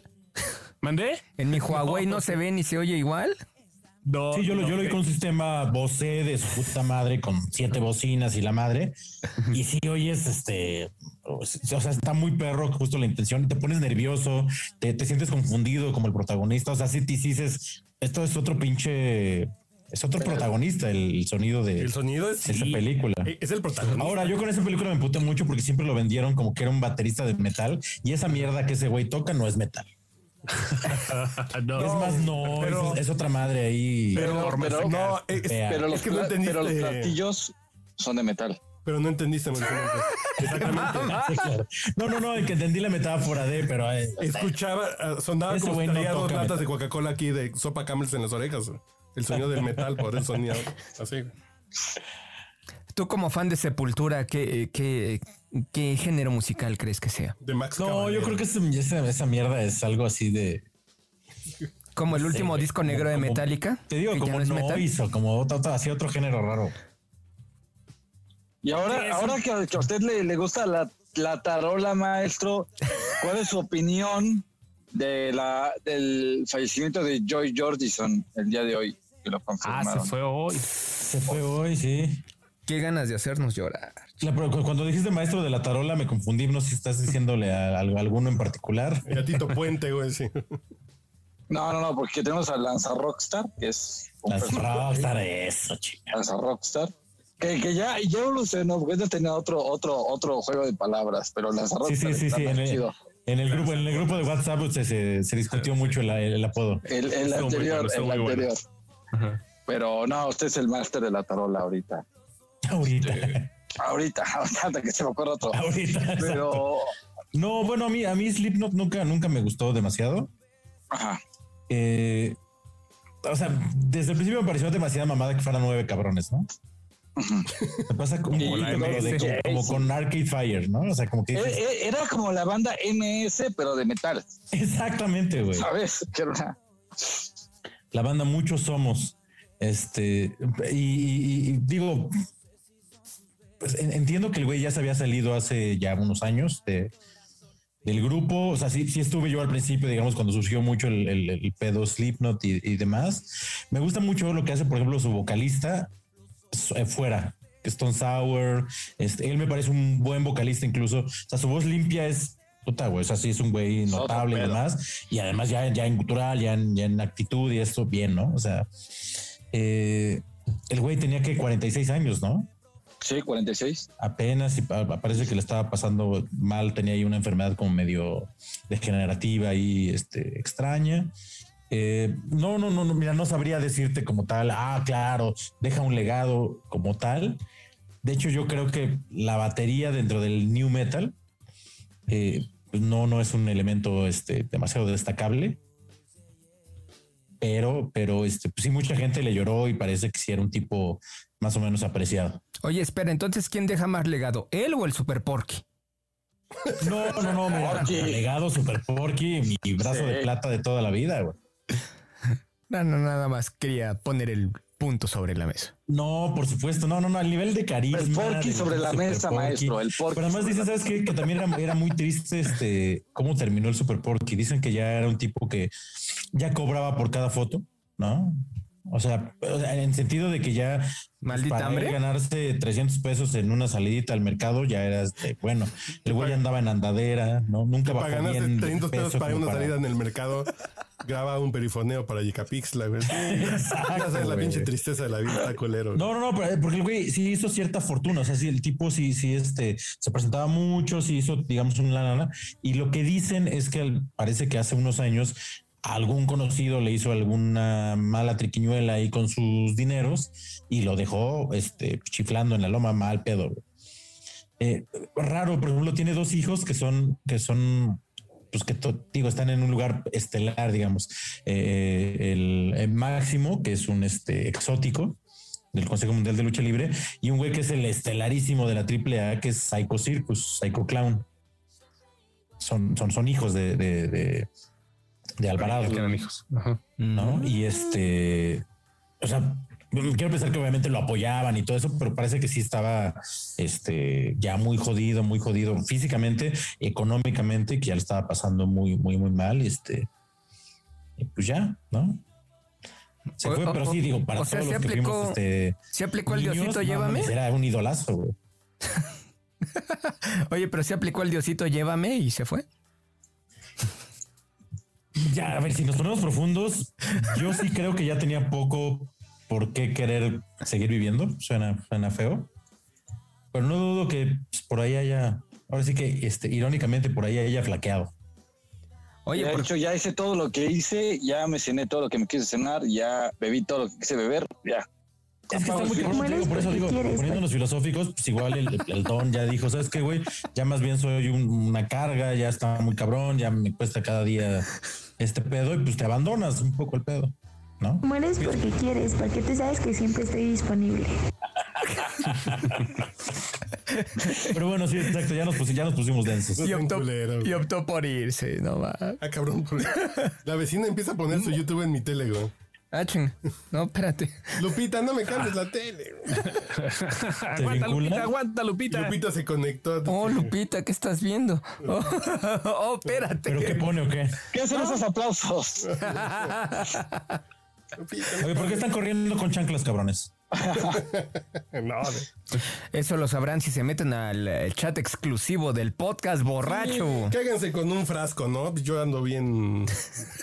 S6: ¿Mandé?
S5: [laughs]
S4: ¿En mi Huawei no se ve ni se oye igual?
S6: No,
S5: Sí, yo lo, yo lo
S6: no,
S5: vi con un sistema Bose de su puta madre, con siete bocinas y la madre. Y si oyes, este, o sea, está muy perro justo la intención, te pones nervioso, te, te sientes confundido como el protagonista. O sea, si te dices, esto es otro pinche, es otro protagonista el sonido de
S3: El sonido es.
S5: esa película.
S3: Eh, Es el protagonista.
S5: Ahora, yo con esa película me
S3: [laughs]
S5: emputé mucho porque siempre lo vendieron como que era un baterista de metal y esa mierda que ese güey toca no es metal. es más, no,
S3: pero-
S5: es, es otra madre ahí.
S3: Pero,
S7: Pero-
S3: pero- no, es,
S5: fea.
S7: Pero los,
S3: que no
S7: pla-
S3: entendiste.
S7: pero los platillos son de metal.
S3: pero no
S6: [laughs]
S3: entendiste, Monchumante. Exactamente.
S5: Sí, claro. No, no, no, que entendí la metáfora de, pero eh,
S3: Escuchaba, ah, sonaba
S5: Ese
S3: como si
S5: güey no
S3: traía dos
S5: toca
S3: latas
S5: metal.
S3: de Coca-Cola aquí de sopa Camels en las orejas. El sonido del metal, por el sonido así.
S4: Tú como fan de Sepultura, ¿qué, eh, qué, qué género musical crees que sea?
S3: De Max
S5: no,
S3: Cavalera.
S5: yo creo que ese- esa, esa mierda es algo así de.
S4: Como el último
S5: güey,
S4: disco
S5: como-
S4: negro de
S5: como-
S4: Metallica.
S5: Te digo,
S4: que ya
S5: como
S4: no es metal.
S5: novizo, como otro, otro- así otro género raro.
S7: Y ahora, ahora que, a- que a usted le, le gusta la, la tarola, maestro, ¿cuál es su opinión de la, del fallecimiento de Joy Jordison el día de hoy? Que lo
S6: Ah,
S7: confirmaron.
S6: se fue hoy.
S5: Se fue hoy, sí.
S4: Qué ganas de hacernos llorar.
S5: La- pero cu- cuando dijiste maestro de la tarola, me confundí. No sé si estás diciéndole a, a alguno en particular.
S3: El gatito puente, güey, sí.
S7: No, no, no, porque tenemos a Lanza Rockstar, que es un [laughs]
S5: Las
S7: personaje.
S5: rockstar, eso, chica.
S7: Lanza Rockstar. Que, que ya, ya evolucionó, porque antes tenía otro, otro, otro juego de palabras, pero Lanza
S5: Sí, sí,
S7: Rockstar
S5: sí,
S7: está
S5: sí.
S7: más
S5: En el,
S7: chido.
S5: en el grupo, en el grupo de WhatsApp se, se, se discutió mucho el, el apodo. [laughs]
S7: El,
S6: Estuvo
S7: el
S6: muy
S7: anterior,
S6: bueno, estuvo muy
S7: el
S6: bueno.
S7: anterior.
S6: Ajá.
S7: Pero no, usted es el máster de la tarola ahorita.
S5: Ahorita,
S7: Ahorita, [laughs] hasta que se me acuerda otro.
S5: ahorita.
S7: Pero,
S5: No, bueno, a mí, a mí Slipknot nunca, nunca me gustó demasiado.
S7: ajá.
S5: Eh, o sea, desde el principio me pareció demasiada mamada que fueran nueve cabrones, ¿no? Me pasa como,
S7: Como la
S5: como lo de-
S7: MS.
S5: como con Arcade Fire, ¿no? O sea, como que
S7: E-
S5: dices,
S7: e- Era como la banda MS, pero de metal,
S5: exactamente, güey.
S7: ¿sabes? Que era una-
S5: La banda Muchos Somos. Este, y, y- y digo, pues, en- entiendo que el güey ya se había salido hace ya unos años de, del grupo. O sea, sí, sí estuve yo al principio, digamos, cuando surgió mucho el, el- el pedo Slipknot y, y demás. Me gusta mucho lo que hace, por ejemplo, su vocalista su- eh, fuera. Stone Sour, este, él me parece un buen vocalista incluso, o sea, su voz limpia es puta, güey, o sea, sí es un güey
S7: otro
S5: notable y
S7: pedo.
S5: demás, y además ya, ya en cultural, ya en, ya en actitud y esto, bien, ¿no? O sea, eh, el güey tenía que 46 años, ¿no?
S7: Sí, 46.
S5: apenas y pa- parece que le estaba pasando mal, tenía ahí una enfermedad como medio degenerativa y este, extraña. Eh, no, no, no, no, mira, no sabría decirte como tal, ah, claro, deja un legado como tal. De hecho, yo creo que la batería dentro del new metal eh, pues no, no es un elemento este, demasiado destacable. Pero, pero este, pues sí, mucha gente le lloró y parece que sí era un tipo más o menos apreciado.
S4: Oye, espera, entonces, ¿quién deja más legado? ¿Él o el Super Porky?
S5: No, no, no, mira,
S7: Porky.
S5: legado Super Porky, mi brazo
S7: Sí.
S5: de plata de toda la vida, güey.
S4: No, no, nada más quería poner el punto sobre la mesa.
S5: No, por supuesto, no, no, no, al nivel de carisma.
S7: El Porky
S5: del
S7: sobre la
S5: Super
S7: mesa, maestro, el Porky
S5: Pero además
S7: sobre
S5: dicen,
S7: la
S5: ¿sabes qué? Que también era, era muy triste este, cómo terminó el Super Porky. Dicen que ya era un tipo que ya cobraba por cada foto, ¿no? O sea, o sea, en sentido de que ya pues,
S4: Maldita
S5: para él
S4: hambre.
S5: ganarse 300 pesos en una salidita al mercado ya era, este, bueno, el güey andaba en andadera, ¿no? Nunca bajó
S3: Para ganarse
S5: bien de
S3: 300 pesos
S5: peso
S3: para
S5: como
S3: una salida en el mercado, graba un perifoneo para Yicapixla, güey. Ya sabes, la
S5: Ah, güey.
S3: pinche tristeza de la vida, está culero. güey.
S5: No, no, no, pero, eh, porque el güey sí hizo cierta fortuna. O sea, sí, el tipo sí, sí, este, se presentaba mucho, sí hizo, digamos, un lana. lana. Y lo que dicen es que al- parece que hace unos años algún conocido le hizo alguna mala triquiñuela ahí con sus dineros y lo dejó este, chiflando en la loma mal pedo. güey. Eh, raro, por ejemplo, tiene dos hijos que son, que son, pues que to- digo, están en un lugar estelar, digamos. Eh, el, el Máximo, que es un este, exótico, del Consejo Mundial de Lucha Libre, y un güey que es el estelarísimo de la AAA, que es Psycho Circus, Psycho Clown. Son, son, son hijos de, de, de, de Alvarado.
S6: Que eran hijos. Ajá.
S5: ¿no? Y este, o sea, quiero pensar que obviamente lo apoyaban y todo eso, pero parece que sí estaba este, ya muy jodido, muy jodido físicamente, económicamente, que ya lo estaba pasando muy, muy, muy mal. Este, y pues ya, ¿no? Se
S4: O-
S5: fue,
S4: o-
S5: pero sí, digo, para
S4: o sea,
S5: todos
S4: se
S5: los que
S4: aplicó-
S5: fuimos, este,
S4: ¿Se aplicó el
S5: niños,
S4: Diosito
S5: no
S4: Llévame?
S5: mames, Era un idolazo, güey.
S4: Oye, pero ¿se aplicó el Diosito Llévame y se fue?
S5: Ya, a ver, si nos ponemos profundos, yo sí creo que ya tenía poco por qué querer seguir viviendo. Suena, suena feo. Pero no dudo que pues, por ahí haya, ahora sí que este, irónicamente por ahí haya flaqueado.
S4: Oye,
S7: de
S4: por-
S7: hecho, ya hice todo lo que hice, ya me cené todo lo que me quise cenar, ya bebí todo lo que quise beber, ya.
S5: Es que está muy cabrón,
S2: mueres
S5: digo, por eso
S2: porque
S5: digo,
S2: quieres,
S5: poniéndonos filosóficos, pues igual el, el don ya dijo, ¿sabes qué, güey? Ya más bien soy un- una carga, ya está muy cabrón, ya me cuesta cada día este pedo y pues te abandonas un poco el pedo, ¿no?
S2: Mueres porque quieres, porque tú sabes que siempre estoy disponible.
S5: Pero bueno, sí, exacto, ya nos pusimos, ya nos pusimos densos.
S4: y,
S3: Bien
S4: optó,
S3: culero, güey.
S4: y optó por irse, no va.
S3: Ah, cabrón. güey. La vecina empieza a poner su YouTube en mi tele, güey.
S4: Ah, ching.
S3: [laughs]
S4: No, espérate.
S3: Lupita, no me cambies la tele. güey.
S6: aguanta, Lupita,
S5: vincula?
S6: aguanta, Lupita. [laughs]
S3: Lupita se conectó. a-
S4: Oh, Lupita, ¿qué estás viendo? Oh, [laughs] oh, espérate.
S5: ¿Pero qué pone o qué?
S7: ¿Qué hacen esos aplausos? [laughs]
S5: Oye, ¿por qué están corriendo con chanclas, cabrones?
S3: No, güey.
S4: Eso lo sabrán si se meten al eh, chat exclusivo del podcast borracho.
S3: Cáiganse con un frasco, ¿no? Yo ando bien.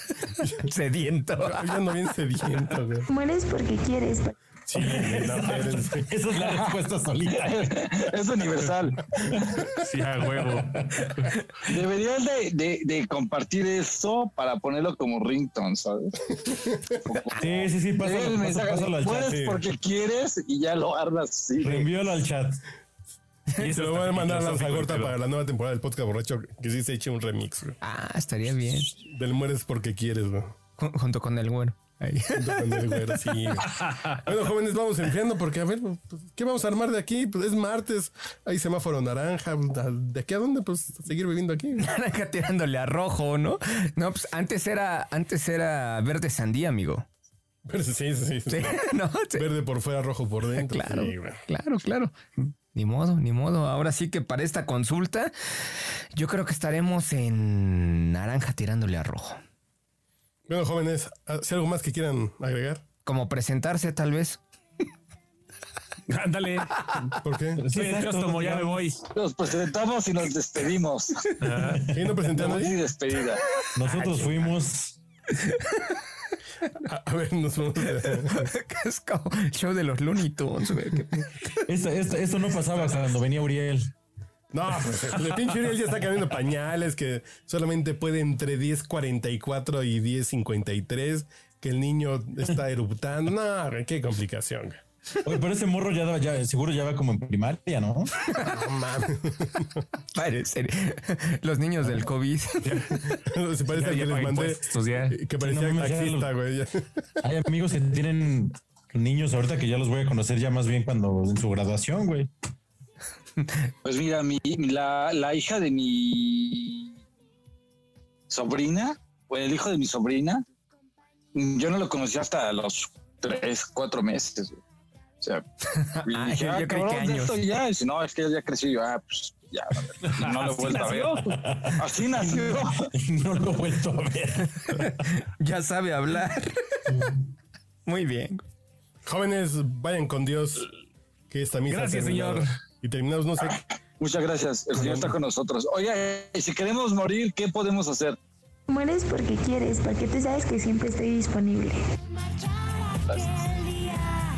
S4: [laughs] Sediento.
S3: Yo ando bien sediento, güey.
S2: Mueres porque quieres, pa-
S3: Sí, [laughs] no, espérense.
S5: Esa es la respuesta solita.
S7: es universal.
S6: Sí, a huevo.
S7: Deberías de, de- de compartir eso para ponerlo como ringtone, ¿sabes?
S5: Sí, sí, sí, pásalo,
S7: Llega el
S5: pásalo,
S7: mensaje,
S5: pásalo al chat.
S7: puedes
S5: sí.
S7: porque quieres y ya lo armas así.
S5: Reenvíalo al chat.
S6: Y
S3: Se
S6: eso
S3: lo voy
S6: está
S3: a mandar a la
S6: filosófico,
S3: Gorta
S6: pero-
S3: para la nueva temporada del podcast borracho, que sí se eche un remix, güey.
S4: Ah, estaría bien.
S3: Del mueres porque quieres, güey.
S4: Ju- junto con el güero. [laughs] Ahí.
S3: Junto con el güero, sí, güey. [laughs] Bueno, jóvenes, vamos enfriando porque, a ver, pues, ¿qué vamos a armar de aquí? Pues es martes, hay semáforo naranja. ¿De aquí a dónde? Pues a seguir viviendo aquí. [laughs] güey.
S4: Naranja tirándole a rojo, ¿no? No, pues antes era, antes era verde sandía, amigo. [laughs]
S3: Pero sí, sí, sí.
S4: Sí, no, sí.
S3: Verde por fuera, rojo por [laughs] dentro.
S4: Claro,
S3: Sí, güey.
S4: claro, claro. Ni modo, ni modo. Ahora sí que para esta consulta, yo creo que estaremos en naranja tirándole a rojo.
S3: bueno, jóvenes, si algo más que quieran agregar,
S4: Como presentarse, tal vez. [laughs]
S6: Ándale.
S3: ¿por qué?
S6: Sí,
S5: exacto.
S6: Cóstomo, ya me voy.
S7: Nos presentamos y nos despedimos.
S3: ¿Y no presenté a
S7: Despedida y
S3: nadie?
S7: despedida.
S5: Nosotros fuimos.
S3: A, a ver, nos vamos. a-
S4: es como el show de los Looney Tunes, güey.
S3: [laughs]
S5: Esto, esto, esto no pasaba cuando venía Uriel.
S3: No, pues, el pinche Uriel ya está cambiando pañales que solamente puede entre 10.44 y 10.53 que el niño está eruptando. No, güey, qué complicación. güey.
S5: Oye, pero ese morro ya, ya- seguro ya va como en primaria, ¿no?
S3: No mames.
S4: Parece. Los niños del COVID. [laughs]
S3: Se parece
S6: Ya,
S3: al
S6: ya
S3: que les
S6: pagué
S3: mandé.
S6: impuestos,
S3: [laughs]
S6: ya.
S3: Que parecía
S5: Sí, no mames, ya
S3: taxista,
S5: lo-
S3: güey. ya.
S5: Hay amigos que tienen niños ahorita que ya los voy a conocer ya más bien cuando en su graduación, güey.
S7: Pues mira, mi, la, la hija de mi sobrina, o el hijo de mi sobrina, yo no lo conocí hasta los tres, cuatro meses. güey.
S4: [laughs]
S7: O sea, y
S4: Ah,
S7: dije,
S4: yo
S7: ah,
S4: creí que
S7: cabrón, de
S4: años.
S7: esto ya. Y si no, es que ya creció yo, ah, pues ya,
S4: [laughs]
S7: no lo he vuelto a ver. Así nació.
S5: No lo he vuelto a ver.
S4: Ya sabe hablar. Muy bien.
S3: Jóvenes, vayan con Dios. Que esta misa ha
S6: Gracias,
S3: terminado.
S6: señor.
S3: Y terminamos, no sé.
S7: Muchas gracias. El Señor está con nosotros. Oiga, y si queremos morir, ¿qué podemos hacer?
S2: Mueres porque quieres, porque tú sabes que siempre estoy disponible.
S11: marchar aquel día